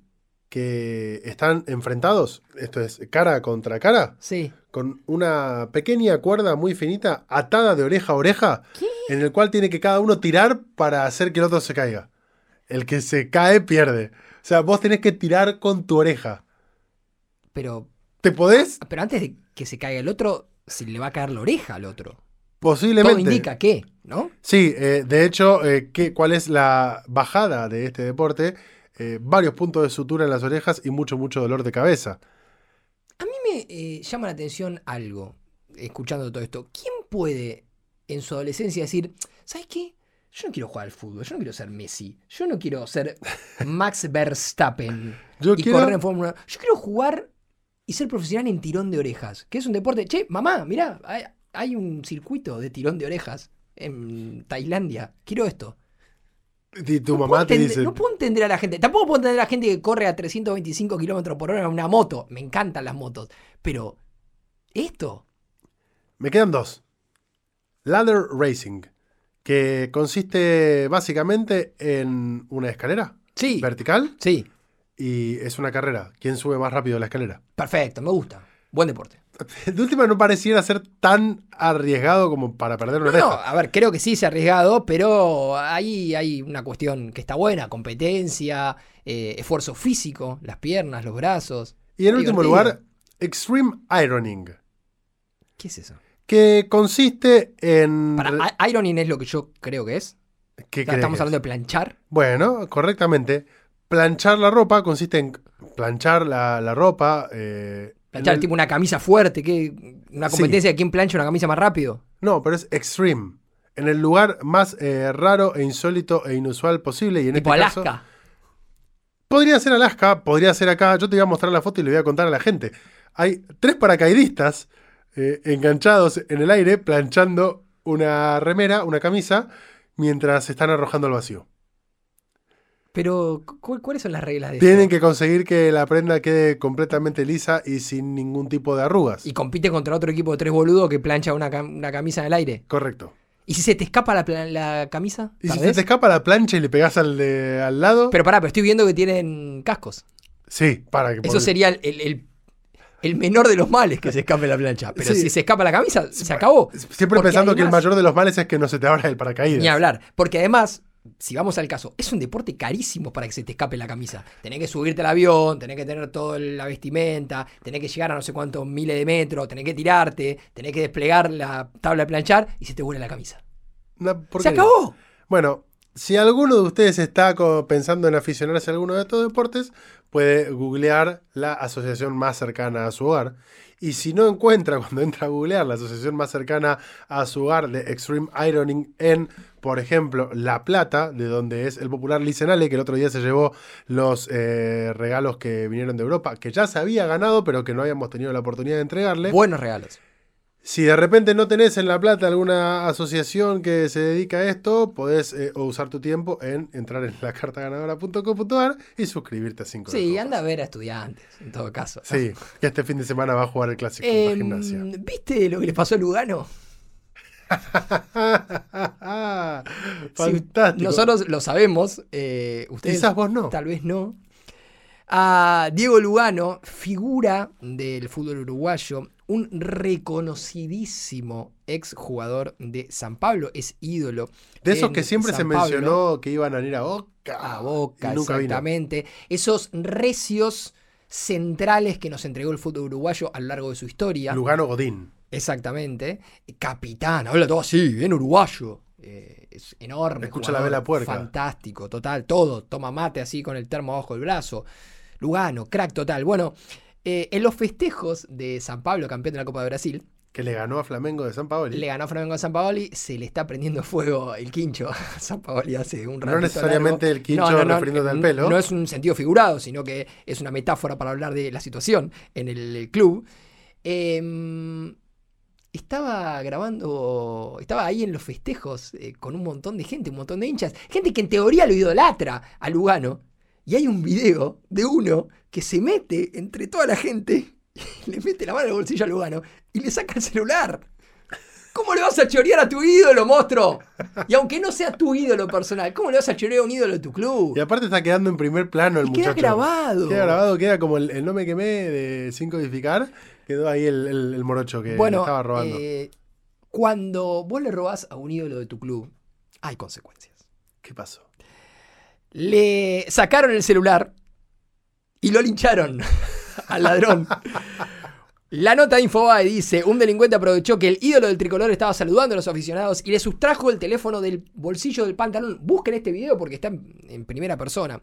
Speaker 1: que están enfrentados, esto es cara contra cara,
Speaker 2: sí.
Speaker 1: con una pequeña cuerda muy finita atada de oreja a oreja, en el cual tiene que cada uno tirar para hacer que el otro se caiga. El que se cae pierde. O sea, vos tenés que tirar con tu oreja.
Speaker 2: Pero,
Speaker 1: ¿Te podés?
Speaker 2: pero antes de que se caiga el otro, se le va a caer la oreja al otro.
Speaker 1: Posiblemente.
Speaker 2: Todo indica que, ¿no?
Speaker 1: Sí, eh, de hecho, eh, ¿qué- ¿cuál es la bajada de este deporte? Eh, varios puntos de sutura en las orejas y mucho, mucho dolor de cabeza.
Speaker 2: A mí me eh, llama la atención algo, escuchando todo esto. ¿Quién puede en su adolescencia decir, ¿sabes qué? Yo no quiero jugar al fútbol, yo no quiero ser Messi, yo no quiero ser Max Verstappen
Speaker 1: Yo
Speaker 2: y
Speaker 1: quiero...
Speaker 2: correr en Fórmula 1. Yo quiero jugar y ser profesional en tirón de orejas, que es un deporte. Che, mamá, mirá, hay, hay un circuito de tirón de orejas en Tailandia. Quiero esto.
Speaker 1: Y tu mamá
Speaker 2: puedo
Speaker 1: te
Speaker 2: entender-
Speaker 1: dice.
Speaker 2: no puedo entender a la gente. Tampoco puedo entender a la gente que corre a 325 kilómetros por hora en una moto. Me encantan las motos. Pero, esto.
Speaker 1: Me quedan dos. Ladder Racing, que consiste básicamente en una escalera
Speaker 2: Sí.
Speaker 1: vertical
Speaker 2: Sí.
Speaker 1: y es una carrera. ¿Quién sube más rápido la escalera?
Speaker 2: Perfecto, me gusta. Buen deporte.
Speaker 1: De última no pareciera ser tan arriesgado como para perder una
Speaker 2: No, no,
Speaker 1: oreja.
Speaker 2: a ver, creo que sí se ha arriesgado, pero ahí hay una cuestión que está buena: competencia, eh, esfuerzo físico, las piernas, los brazos.
Speaker 1: Y en último
Speaker 2: Divertido.
Speaker 1: lugar, Extreme Ironing,
Speaker 2: ¿Qué es eso?
Speaker 1: que consiste en...
Speaker 2: Para, i- ironing es lo que yo creo que es.
Speaker 1: ¿Qué
Speaker 2: O sea,
Speaker 1: crees?
Speaker 2: estamos hablando de planchar.
Speaker 1: Bueno, correctamente. Planchar la ropa consiste en planchar la, la ropa. eh,
Speaker 2: Planchar
Speaker 1: en el-
Speaker 2: tipo una camisa fuerte, que una
Speaker 1: Sí.
Speaker 2: competencia de quién plancha una camisa más rápido.
Speaker 1: No, pero es extreme. En el lugar más eh, raro e insólito e inusual posible. Y en
Speaker 2: tipo
Speaker 1: este
Speaker 2: Alaska.
Speaker 1: caso. Podría ser Alaska, podría ser acá. Yo te voy a mostrar la foto y le voy a contar a la gente. Hay tres paracaidistas eh, enganchados en el aire, planchando una remera, una camisa, mientras se están arrojando al vacío.
Speaker 2: Pero, ¿cu- ¿cuáles son las reglas de esto?
Speaker 1: Tienen que conseguir que la prenda quede completamente lisa y sin ningún tipo de arrugas.
Speaker 2: Y compite contra otro equipo de tres boludos que plancha una, cam- una camisa en el aire.
Speaker 1: Correcto.
Speaker 2: ¿Y si se te escapa la, pla- la camisa?
Speaker 1: Y si se
Speaker 2: ¿Tardés?
Speaker 1: te escapa la plancha y le pegas al de al lado.
Speaker 2: Pero pará, pero estoy viendo que tienen cascos.
Speaker 1: sí, para que.
Speaker 2: Eso sería el, el- el- el menor de los males que se escape la plancha. Pero
Speaker 1: Sí.
Speaker 2: si se escapa la camisa, se acabó.
Speaker 1: Siempre
Speaker 2: Porque
Speaker 1: pensando que el
Speaker 2: además-
Speaker 1: mayor de los males es que no se te abra el paracaídas.
Speaker 2: Ni hablar. Porque además, si vamos al caso, es un deporte carísimo para que se te escape la camisa. Tenés que subirte al avión, tenés que tener toda la vestimenta, tenés que llegar a no sé cuántos miles de metros, tenés que tirarte, tenés que desplegar la tabla de planchar y se te vuela la camisa.
Speaker 1: Una
Speaker 2: ¡Se
Speaker 1: porquería.
Speaker 2: acabó!
Speaker 1: Bueno, si alguno de ustedes está co- pensando en aficionarse a alguno de estos deportes, puede googlear la asociación más cercana a su hogar. Y si no encuentra cuando entra a googlear la asociación más cercana a su hogar de Extreme Ironing en, por ejemplo, La Plata, de donde es el popular Licenale, que el otro día se llevó los eh, regalos que vinieron de Europa, que ya se había ganado, pero que no habíamos tenido la oportunidad de entregarle.
Speaker 2: Buenos regalos.
Speaker 1: Si de repente no tenés en La Plata alguna asociación que se dedica a esto, podés eh, o usar tu tiempo en entrar en lacartaganadora.com.ar y suscribirte a 5
Speaker 2: Sí, anda a ver a estudiantes, en todo caso.
Speaker 1: Sí, que este fin de semana va a jugar el clásico de
Speaker 2: Em,
Speaker 1: gimnasia.
Speaker 2: ¿Viste lo que le pasó a Lugano? Sí,
Speaker 1: Fantástico.
Speaker 2: nosotros lo sabemos, eh, ustedes
Speaker 1: Quizás vos no.
Speaker 2: tal vez no. A Diego Lugano, figura del fútbol uruguayo, un reconocidísimo exjugador de San Pablo, es ídolo.
Speaker 1: De esos
Speaker 2: en
Speaker 1: que siempre se
Speaker 2: San Pablo.
Speaker 1: mencionó que iban a ir a Boca.
Speaker 2: A Boca,
Speaker 1: Ah, y nunca vino.
Speaker 2: exactamente. Esos recios centrales que nos entregó el fútbol uruguayo a lo largo de su historia.
Speaker 1: Lugano Godín.
Speaker 2: Exactamente. Capitán, habla todo así, bien uruguayo. Eh, es enorme.
Speaker 1: Escucha la vela puerca.
Speaker 2: Fantástico, total, todo. Toma mate así con el termo abajo del brazo. Lugano, crack total. Bueno, eh, en los festejos de San Pablo, campeón de la Copa de Brasil,
Speaker 1: Que le ganó a Flamengo de San Paolo.
Speaker 2: le ganó a Flamengo a San Paoli, se le está prendiendo fuego el quincho a San Paoli hace un ratito
Speaker 1: No necesariamente
Speaker 2: largo.
Speaker 1: el quincho refiriéndote al pelo.
Speaker 2: No es un sentido figurado, sino que es una metáfora para hablar de la situación en el club. Em, estaba grabando, estaba ahí en los festejos eh, con un montón de gente, un montón de hinchas, gente que en teoría lo idolatra a Lugano. Y hay un video de uno que se mete entre toda la gente, le mete la mano en el bolsillo a Lugano y le saca el celular. ¿Cómo le vas a chorear a tu ídolo, monstruo? Y aunque no sea tu ídolo personal, ¿cómo le vas a chorear a un ídolo de tu club?
Speaker 1: Y aparte está quedando en primer plano el
Speaker 2: Y
Speaker 1: muchacho.
Speaker 2: queda grabado.
Speaker 1: Queda grabado, queda como el, el no me quemé de Sin Codificar. Quedó ahí el, el- el morocho que
Speaker 2: bueno,
Speaker 1: le estaba robando.
Speaker 2: eh, cuando vos le robás a un ídolo de tu club, hay consecuencias.
Speaker 1: ¿Qué pasó?
Speaker 2: Le sacaron el celular y lo lincharon al ladrón. La nota de Infobae dice, un delincuente aprovechó que el ídolo del tricolor estaba saludando a los aficionados y le sustrajo el teléfono del bolsillo del pantalón. Busquen este video porque está en, en primera persona.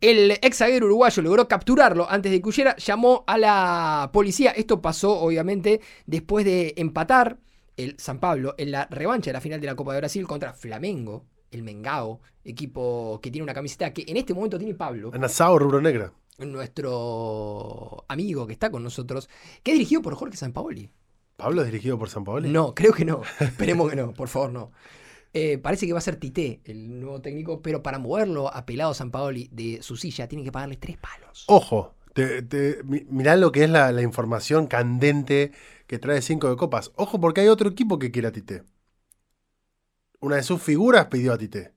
Speaker 2: El ex zaguero uruguayo logró capturarlo antes de que huyera, llamó a la policía. Esto pasó, obviamente, después de empatar el San Pablo en la revancha de la final de la Copa de Brasil contra Flamengo, el Mengao, equipo que tiene una camiseta que en este momento tiene Pablo
Speaker 1: Anasao Rubro Negra.
Speaker 2: nuestro amigo que está con nosotros, que es dirigido por Jorge Sampaoli.
Speaker 1: ¿Pablo es dirigido por San Paolo?
Speaker 2: No, creo que no. Esperemos que no, por favor, no. Eh, parece que va a ser Tite el nuevo técnico, pero para moverlo a Pelado San Paoli de su silla tienen que pagarle tres palos.
Speaker 1: Ojo, te, te- mi- mirá lo que es la, la información candente que trae Cinco de Copas. Ojo, porque hay otro equipo que quiere a Tite. Una de sus figuras pidió a Tite.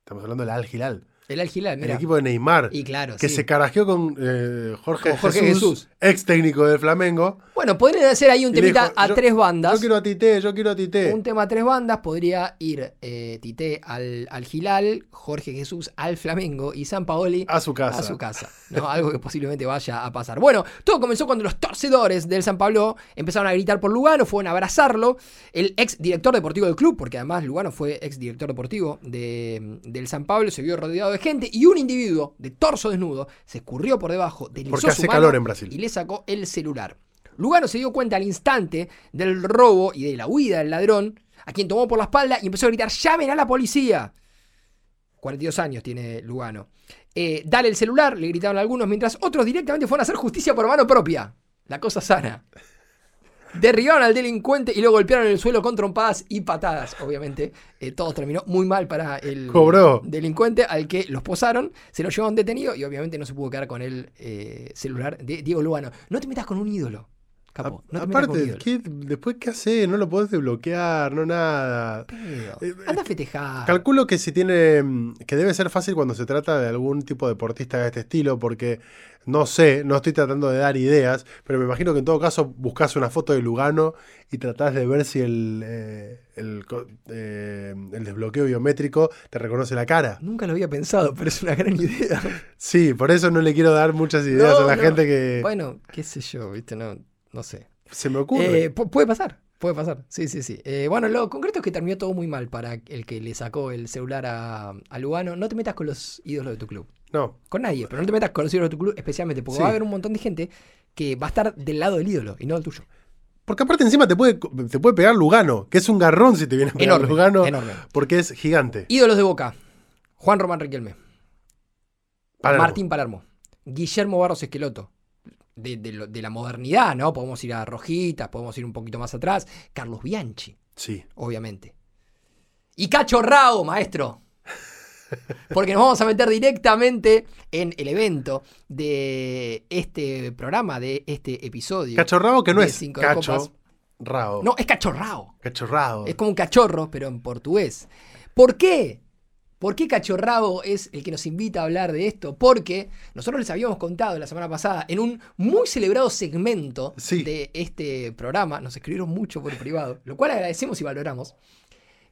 Speaker 1: Estamos hablando del Al Hilal,
Speaker 2: El Al Hilal,
Speaker 1: el
Speaker 2: mira.
Speaker 1: equipo de Neymar,
Speaker 2: Y claro,
Speaker 1: que
Speaker 2: sí.
Speaker 1: se carajeó con eh, Jorge,
Speaker 2: Con Jorge Jesús.
Speaker 1: ex técnico del Flamengo.
Speaker 2: Bueno, podrían hacer ahí un
Speaker 1: Y le
Speaker 2: temita
Speaker 1: dijo,
Speaker 2: a
Speaker 1: yo-
Speaker 2: tres bandas.
Speaker 1: Yo quiero a Tite, yo quiero a Tite.
Speaker 2: Un tema a tres bandas podría ir eh, Tite al, al Gilal, Jorge Jesús al Flamengo y San Paoli
Speaker 1: A su casa.
Speaker 2: a su casa. ¿no? Algo que posiblemente vaya a pasar. Bueno, todo comenzó cuando los torcedores del San Pablo empezaron a gritar por Lugano, fueron a abrazarlo. El ex director deportivo del club, porque además Lugano fue ex director deportivo de- del San Pablo, se vio rodeado de gente y un individuo de torso desnudo se escurrió por debajo, deslizó
Speaker 1: Porque
Speaker 2: su
Speaker 1: hace
Speaker 2: mano
Speaker 1: calor en Brasil.
Speaker 2: y le sacó el celular. Lugano se dio cuenta al instante del robo y de la huida del ladrón, a quien tomó por la espalda y empezó a gritar: ¡Llamen a la policía! 42 años tiene Lugano. Eh, dale el celular, le gritaron algunos, mientras otros directamente fueron a hacer justicia por mano propia. La cosa sana. Derribaron al delincuente y lo golpearon en el suelo con trompadas y patadas, obviamente. Eh, todo terminó muy mal para el
Speaker 1: Cobró.
Speaker 2: delincuente al que los posaron, se lo llevaron detenido y obviamente no se pudo quedar con el eh, celular de Diego Lugano. No te metas con un ídolo, capo.
Speaker 1: A-
Speaker 2: No te metas con un
Speaker 1: aparte,
Speaker 2: ídolo.
Speaker 1: ¿qué- después qué hace, no lo podés desbloquear, no nada.
Speaker 2: Pedo.
Speaker 1: Eh,
Speaker 2: Anda a festejar.
Speaker 1: Calculo que si tiene. mm, que debe ser fácil cuando se trata de algún tipo de deportista de este estilo, porque no sé, no estoy tratando de dar ideas, pero me imagino que en todo caso buscas una foto de Lugano y tratás de ver si el, eh, el, co- eh, el desbloqueo biométrico te reconoce la cara.
Speaker 2: Nunca lo había pensado, pero es una gran idea.
Speaker 1: Sí, por eso no le quiero dar muchas ideas
Speaker 2: No,
Speaker 1: a la
Speaker 2: no.
Speaker 1: gente que
Speaker 2: Bueno, qué sé yo, viste, no, no sé.
Speaker 1: se me ocurre.
Speaker 2: Eh, pu- puede pasar, puede pasar. Sí, sí, sí. Eh, bueno, lo concreto es que terminó todo muy mal para el que le sacó el celular a, a Lugano. No te metas con los ídolos de tu club.
Speaker 1: no,
Speaker 2: Con nadie, pero no te metas con los ídolos de tu club especialmente, porque
Speaker 1: Sí.
Speaker 2: va a haber un montón de gente que va a estar del lado del ídolo y no del tuyo.
Speaker 1: porque aparte encima te puede, te puede pegar Lugano, que es un garrón si te viene a pegar
Speaker 2: Enorme,
Speaker 1: Lugano,
Speaker 2: enorme.
Speaker 1: porque es gigante.
Speaker 2: Ídolos de Boca. Juan Román Riquelme.
Speaker 1: Palermo.
Speaker 2: Martín Palermo. Guillermo Barros Esqueloto. De, de lo- de la modernidad, ¿no? Podemos ir a Rojitas, podemos ir un poquito más atrás. Carlos Bianchi.
Speaker 1: Sí.
Speaker 2: obviamente. Y cachorrao, maestro. Porque nos vamos a meter directamente en el evento de este programa, de este episodio.
Speaker 1: Cachorrao que no
Speaker 2: de
Speaker 1: es
Speaker 2: cinco de copas.
Speaker 1: cacho. Rao.
Speaker 2: No, es cachorrao.
Speaker 1: Cachorrao.
Speaker 2: Es como un cachorro, pero en portugués. ¿Por qué? ¿Por qué Cachorrao es el que nos invita a hablar de esto? Porque nosotros les habíamos contado la semana pasada en un muy celebrado segmento
Speaker 1: Sí.
Speaker 2: de este programa, nos escribieron mucho por privado, lo cual agradecemos y valoramos,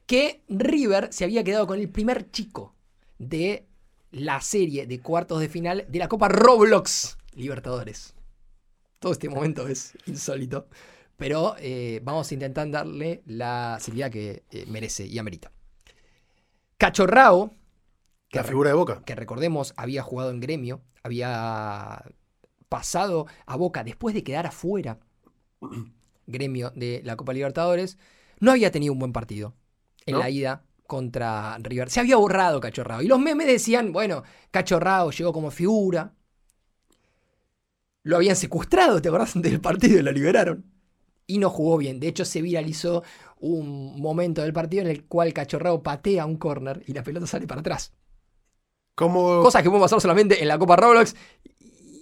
Speaker 2: que River se había quedado con el primer chico de la serie de cuartos de final de la Copa Roblox Libertadores. Todo este momento es insólito, pero eh, vamos a intentar darle la seriedad que eh, merece y amerita. Cachorrao, que,
Speaker 1: la
Speaker 2: re-
Speaker 1: figura de Boca.
Speaker 2: que recordemos había jugado en gremio, había pasado a Boca después de quedar afuera gremio de la Copa Libertadores, no había tenido un buen partido en
Speaker 1: ¿No?
Speaker 2: la ida contra River. Se había borrado Cachorrao. Y los memes decían, bueno, Cachorrao llegó como figura. Lo habían secuestrado, ¿te acordás? Del partido y lo liberaron. Y no jugó bien. De hecho, se viralizó un momento del partido en el cual Cachorrao patea un córner y la pelota sale para atrás.
Speaker 1: Como
Speaker 2: Cosas que pueden pasar solamente en la Copa Roblox.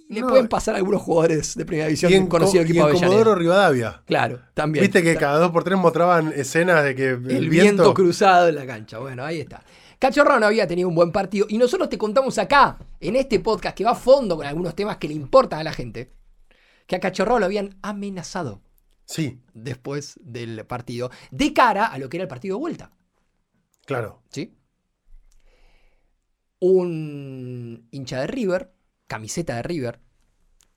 Speaker 2: Y le
Speaker 1: No.
Speaker 2: pueden pasar a algunos jugadores de primera división
Speaker 1: y
Speaker 2: de
Speaker 1: en,
Speaker 2: un conocido
Speaker 1: Co- y
Speaker 2: equipo
Speaker 1: en
Speaker 2: de
Speaker 1: Comodoro Rivadavia.
Speaker 2: Claro, también.
Speaker 1: Viste que
Speaker 2: Ta-
Speaker 1: cada dos por tres mostraban escenas de que el,
Speaker 2: el viento,
Speaker 1: viento.
Speaker 2: cruzado en la cancha. Bueno, ahí está. Cachorrao no había tenido un buen partido. Y nosotros te contamos acá, en este podcast, que va a fondo con algunos temas que le importan a la gente, que a Cachorrao lo habían amenazado
Speaker 1: sí,
Speaker 2: después del partido, de cara a lo que era el partido de vuelta.
Speaker 1: claro.
Speaker 2: ¿Sí? Un hincha de River, camiseta de River,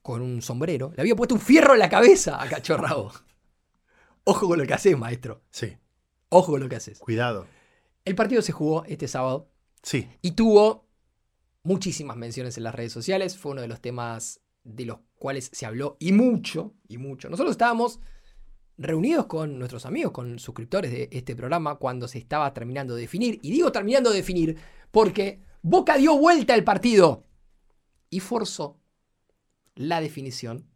Speaker 2: con un sombrero, le había puesto un fierro en la cabeza a Cachorrao. Ojo con lo que haces, maestro.
Speaker 1: Sí.
Speaker 2: Ojo con lo que haces.
Speaker 1: Cuidado.
Speaker 2: El partido se jugó este sábado
Speaker 1: Sí.
Speaker 2: y tuvo muchísimas menciones en las redes sociales. Fue uno de los temas de los cuales se habló y mucho, y mucho. Nosotros estábamos reunidos con nuestros amigos, con suscriptores de este programa, cuando se estaba terminando de definir. Y digo terminando de definir porque Boca dio vuelta al partido y forzó la definición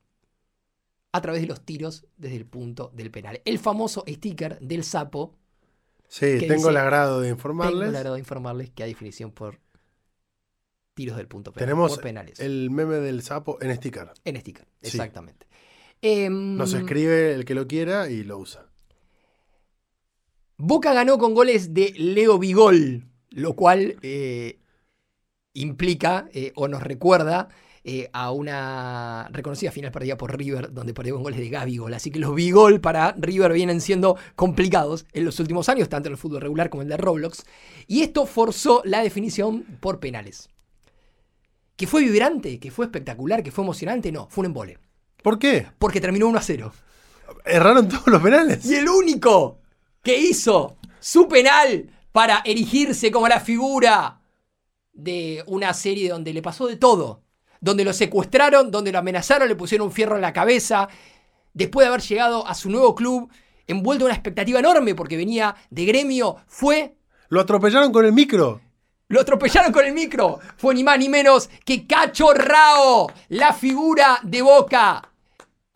Speaker 2: a través de los tiros desde el punto del penal. El famoso sticker del sapo
Speaker 1: Sí,
Speaker 2: que
Speaker 1: tengo
Speaker 2: dice-
Speaker 1: el agrado de
Speaker 2: Tengo el
Speaker 1: informarles.
Speaker 2: agrado de informarles que hay definición por tiros del punto penal.
Speaker 1: Tenemos
Speaker 2: por penales.
Speaker 1: el meme del sapo en sticker.
Speaker 2: En sticker,
Speaker 1: Sí.
Speaker 2: exactamente.
Speaker 1: Nos
Speaker 2: Em,
Speaker 1: escribe el que lo quiera y lo usa.
Speaker 2: Boca ganó con goles de Leo Bigol, lo cual eh, implica eh, o nos recuerda eh, a una reconocida final perdida por River, donde perdió con goles de Gabigol. Así que los Bigol para River vienen siendo complicados en los últimos años, tanto en el fútbol regular como en el de Roblox. Y esto forzó la definición por penales. Que fue vibrante, que fue espectacular, que fue emocionante, no, fue un embole.
Speaker 1: ¿Por qué?
Speaker 2: Porque terminó 1 a 0.
Speaker 1: Erraron todos los penales.
Speaker 2: Y el único que hizo su penal para erigirse como la figura de una serie donde le pasó de todo. Donde lo secuestraron, donde lo amenazaron, le pusieron un fierro en la cabeza. Después de haber llegado a su nuevo club, envuelto en una expectativa enorme porque venía de gremio, fue
Speaker 1: Lo atropellaron con el micro.
Speaker 2: lo atropellaron con el micro. Fue ni más ni menos que Cacho Rao, la figura de Boca,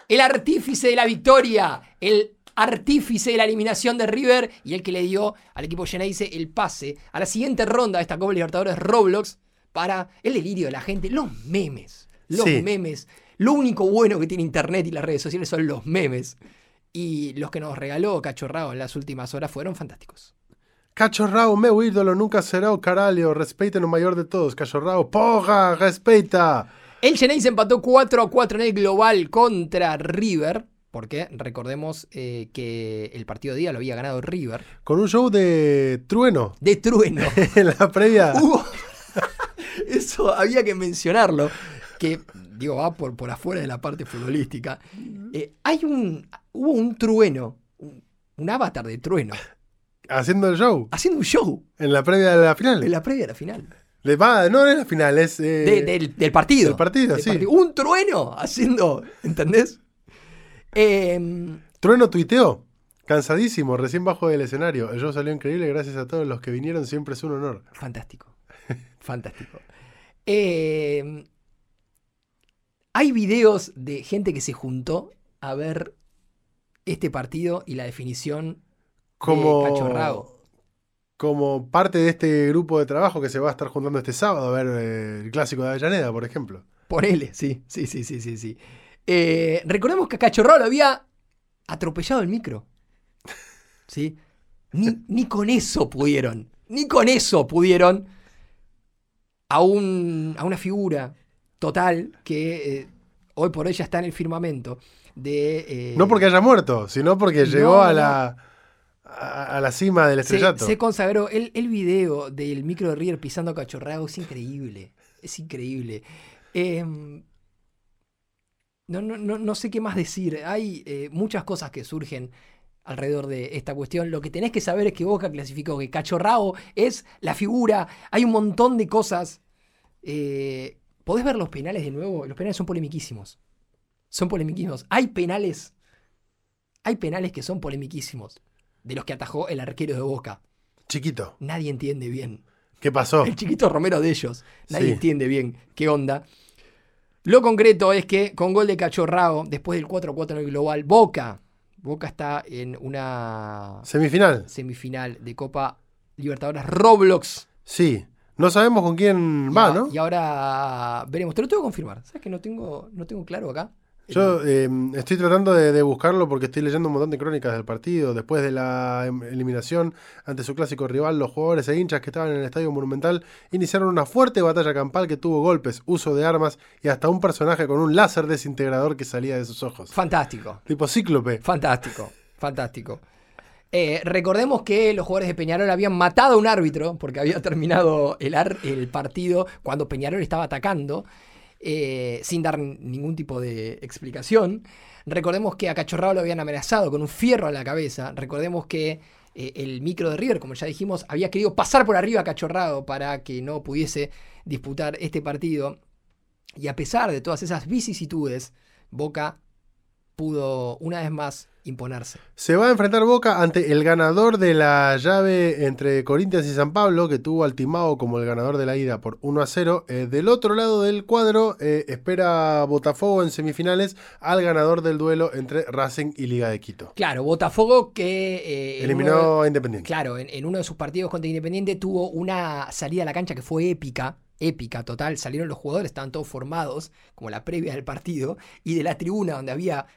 Speaker 2: el artífice de la victoria, el artífice de la eliminación de River y el que le dio al equipo Geneise el pase a la siguiente ronda de esta Copa Libertadores Roblox para el delirio de la gente, los memes, los
Speaker 1: Sí.
Speaker 2: memes. Lo único bueno que tiene internet y las redes sociales son los memes. Y los que nos regaló Cacho Rao en las últimas horas fueron fantásticos.
Speaker 1: Cachorrao, meu ídolo, nunca será o caralho. Respeiten o mayor de todos. Cachorrao, porra, respeita.
Speaker 2: El Geneis empató 4 a 4 en el global contra River. Porque recordemos eh, que el partido de día lo había ganado River.
Speaker 1: Con un show de trueno
Speaker 2: De trueno.
Speaker 1: en la previa.
Speaker 2: Hubo- Eso había que mencionarlo. Que, digo, va por, por afuera de la parte futbolística. Eh, hay un. Hubo un trueno. un- Un avatar de trueno.
Speaker 1: Haciendo el show.
Speaker 2: Haciendo un show
Speaker 1: En la previa de la final.
Speaker 2: en la previa de la final.
Speaker 1: De- va, no, no es la final, es. eh,
Speaker 2: De- del, del partido. Uh.
Speaker 1: del partido, sí.
Speaker 2: Un trueno haciendo. ¿Entendés? Eh,
Speaker 1: Trueno tuiteó. Cansadísimo, recién bajo del escenario. El show salió increíble, gracias a todos los que vinieron, siempre es un honor.
Speaker 2: Fantástico. Fantástico. Eh, hay videos de gente que se juntó a ver este partido y la definición de
Speaker 1: Como,
Speaker 2: Cachorrao.
Speaker 1: como parte de este grupo de trabajo que se va a estar juntando este sábado a ver eh, el clásico de Avellaneda, por ejemplo.
Speaker 2: Ponele, sí, sí, sí, sí, sí, sí. Eh, recordemos que a Cachorrao lo había atropellado el micro. ¿Sí? Ni, ni con eso pudieron. Ni con eso pudieron a, un, a una figura total que eh, hoy por hoy ya está en el firmamento. De, eh,
Speaker 1: No porque haya muerto, sino porque
Speaker 2: no,
Speaker 1: llegó a
Speaker 2: no.
Speaker 1: la, a, a la cima del
Speaker 2: se,
Speaker 1: estrellato.
Speaker 2: se consagró. El, el video del micro de River pisando a Cachorrao es increíble. Es increíble. Eh, no, no, no, no sé qué más decir. Hay eh, muchas cosas que surgen alrededor de esta cuestión. Lo que tenés que saber es que Boca clasificó, que Cachorrao es la figura. Hay un montón de cosas. Eh, ¿Podés ver los penales de nuevo? Los penales son polemiquísimos. Son polemiquísimos. Hay penales. Hay penales que son polemiquísimos. De los que atajó el arquero de Boca.
Speaker 1: Chiquito,
Speaker 2: Nadie entiende bien.
Speaker 1: ¿qué pasó?
Speaker 2: El chiquito Romero de ellos. Nadie
Speaker 1: Sí.
Speaker 2: entiende bien qué onda. Lo concreto es que con gol de Cachorrao, después del 4-4 en el global, Boca. Boca está en una
Speaker 1: Semifinal,
Speaker 2: semifinal de Copa Libertadores Roblox.
Speaker 1: sí. No sabemos con quién
Speaker 2: Y
Speaker 1: va,
Speaker 2: a-
Speaker 1: ¿no?
Speaker 2: Y ahora veremos. Te lo tengo que confirmar. ¿Sabes que no tengo, no tengo claro acá?
Speaker 1: Yo eh, estoy tratando de, de buscarlo porque estoy leyendo un montón de crónicas del partido. Después de la em- eliminación ante su clásico rival, los jugadores e hinchas que estaban en el Estadio Monumental iniciaron una fuerte batalla campal que tuvo golpes, uso de armas y hasta un personaje con un láser desintegrador que salía de sus ojos.
Speaker 2: Fantástico.
Speaker 1: tipo cíclope.
Speaker 2: Fantástico, fantástico. Eh, recordemos que los jugadores de Peñarol habían matado a un árbitro porque había terminado el, ar- el partido cuando Peñarol estaba atacando eh, sin dar n- ningún tipo de explicación. Recordemos que a Cachorrao lo habían amenazado con un fierro en la cabeza. Recordemos que eh, el micro de River, como ya dijimos, había querido pasar por arriba a Cachorrao para que no pudiese disputar este partido. Y a pesar de todas esas vicisitudes, Boca pudo una vez más imponerse.
Speaker 1: Se va a enfrentar Boca ante el ganador de la llave entre Corinthians y San Pablo, que tuvo al Timao como el ganador de la ida por 1 a 0. Eh, del otro lado del cuadro eh, espera Botafogo en semifinales al ganador del duelo entre Racing y Liga de Quito.
Speaker 2: Claro, Botafogo que... eh, en uno
Speaker 1: Eliminó
Speaker 2: de-
Speaker 1: a Independiente.
Speaker 2: Claro, en, en uno de sus partidos contra Independiente tuvo una salida a la cancha que fue épica, épica total. Salieron los jugadores, estaban todos formados, como la previa del partido, y de la tribuna donde había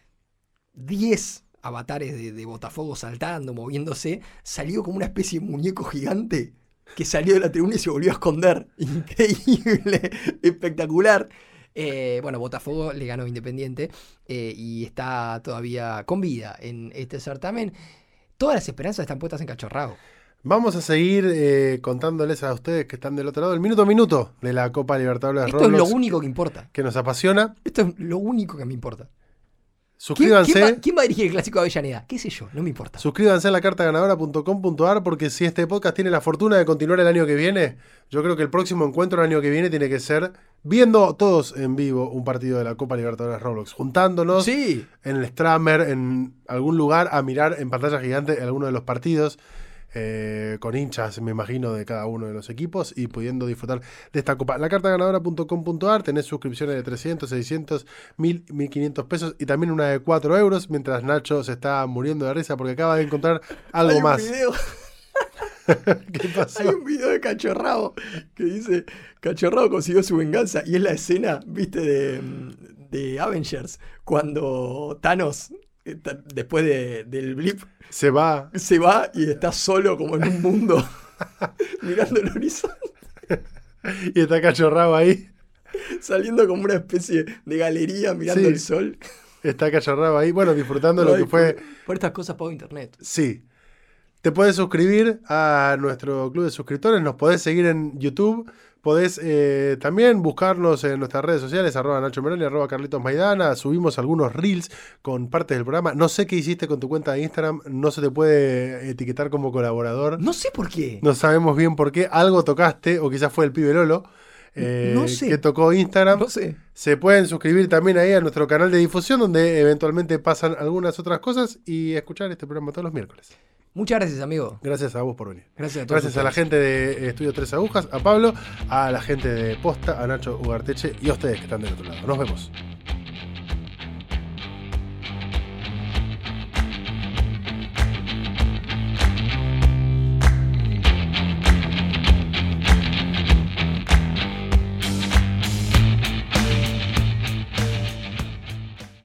Speaker 2: 10 avatares de, de Botafogo saltando, moviéndose, salió como una especie de muñeco gigante que salió de la tribuna y se volvió a esconder. Increíble, espectacular. Eh, bueno, Botafogo le ganó a Independiente eh, y está todavía con vida en este certamen. Todas las esperanzas están puestas en Cachorrao.
Speaker 1: Vamos a seguir eh, contándoles a ustedes que están del otro lado el minuto a minuto de la Copa Libertadores
Speaker 2: Esto es
Speaker 1: Roblox,
Speaker 2: lo único que importa.
Speaker 1: que nos apasiona.
Speaker 2: Esto es lo único que me importa. ¿Quién,
Speaker 1: Suscríbanse.
Speaker 2: quién va, quién va a dirigir el clásico de Avellaneda? ¿Qué sé yo? No me importa.
Speaker 1: Suscríbanse a la cartaganadora.com.ar porque si este podcast tiene la fortuna de continuar el año que viene, yo creo que el próximo encuentro el año que viene tiene que ser viendo todos en vivo un partido de la Copa Libertadores Roblox, juntándonos
Speaker 2: Sí.
Speaker 1: en el Strammer, en algún lugar, a mirar en pantalla gigante alguno de los partidos, eh, con hinchas, me imagino, de cada uno de los equipos y pudiendo disfrutar de esta copa. La cartaganadora.com.ar, tenés suscripciones de 300, 600, 1000, 1500 pesos y también una de 4 euros, mientras Nacho se está muriendo de risa porque acaba de encontrar
Speaker 2: Hay
Speaker 1: algo
Speaker 2: un
Speaker 1: más.
Speaker 2: video-
Speaker 1: ¿Qué pasó?
Speaker 2: Hay un video de Cachorrao que dice Cachorrao consiguió su venganza y es la escena, viste, de, de Avengers, cuando Thanos, eh, ta- después de- del blip,
Speaker 1: Se va.
Speaker 2: se va y está solo como en un mundo mirando el horizonte,
Speaker 1: Y está cachorrado ahí.
Speaker 2: saliendo como una especie de galería mirando
Speaker 1: Sí.
Speaker 2: el sol.
Speaker 1: Está cachorrado ahí. Bueno, disfrutando lo
Speaker 2: Ay,
Speaker 1: que fue
Speaker 2: por- Por estas cosas pago internet.
Speaker 1: Sí. Te puedes suscribir a nuestro club de suscriptores, nos podés seguir en YouTube, podés eh, también buscarnos en nuestras redes sociales, arroba Nacho Meroni, arroba Carlitos Maidana, subimos algunos reels con partes del programa. No sé qué hiciste con tu cuenta de Instagram, no se te puede etiquetar como colaborador,
Speaker 2: No sé por qué.
Speaker 1: no sabemos bien por qué, algo tocaste, o quizás fue el pibe Lolo, eh,
Speaker 2: No sé.
Speaker 1: que tocó Instagram.
Speaker 2: No sé.
Speaker 1: Se pueden suscribir también ahí a nuestro canal de difusión, donde eventualmente pasan algunas otras cosas y escuchar este programa todos los miércoles.
Speaker 2: Muchas gracias, amigo.
Speaker 1: Gracias a vos por venir.
Speaker 2: Gracias a todos.
Speaker 1: Gracias a la
Speaker 2: ustedes.
Speaker 1: gente de eh, Estudio Tres Agujas, a Pablo, a la gente de Posta, a Nacho Ugarteche y a ustedes que están del otro lado. Nos vemos.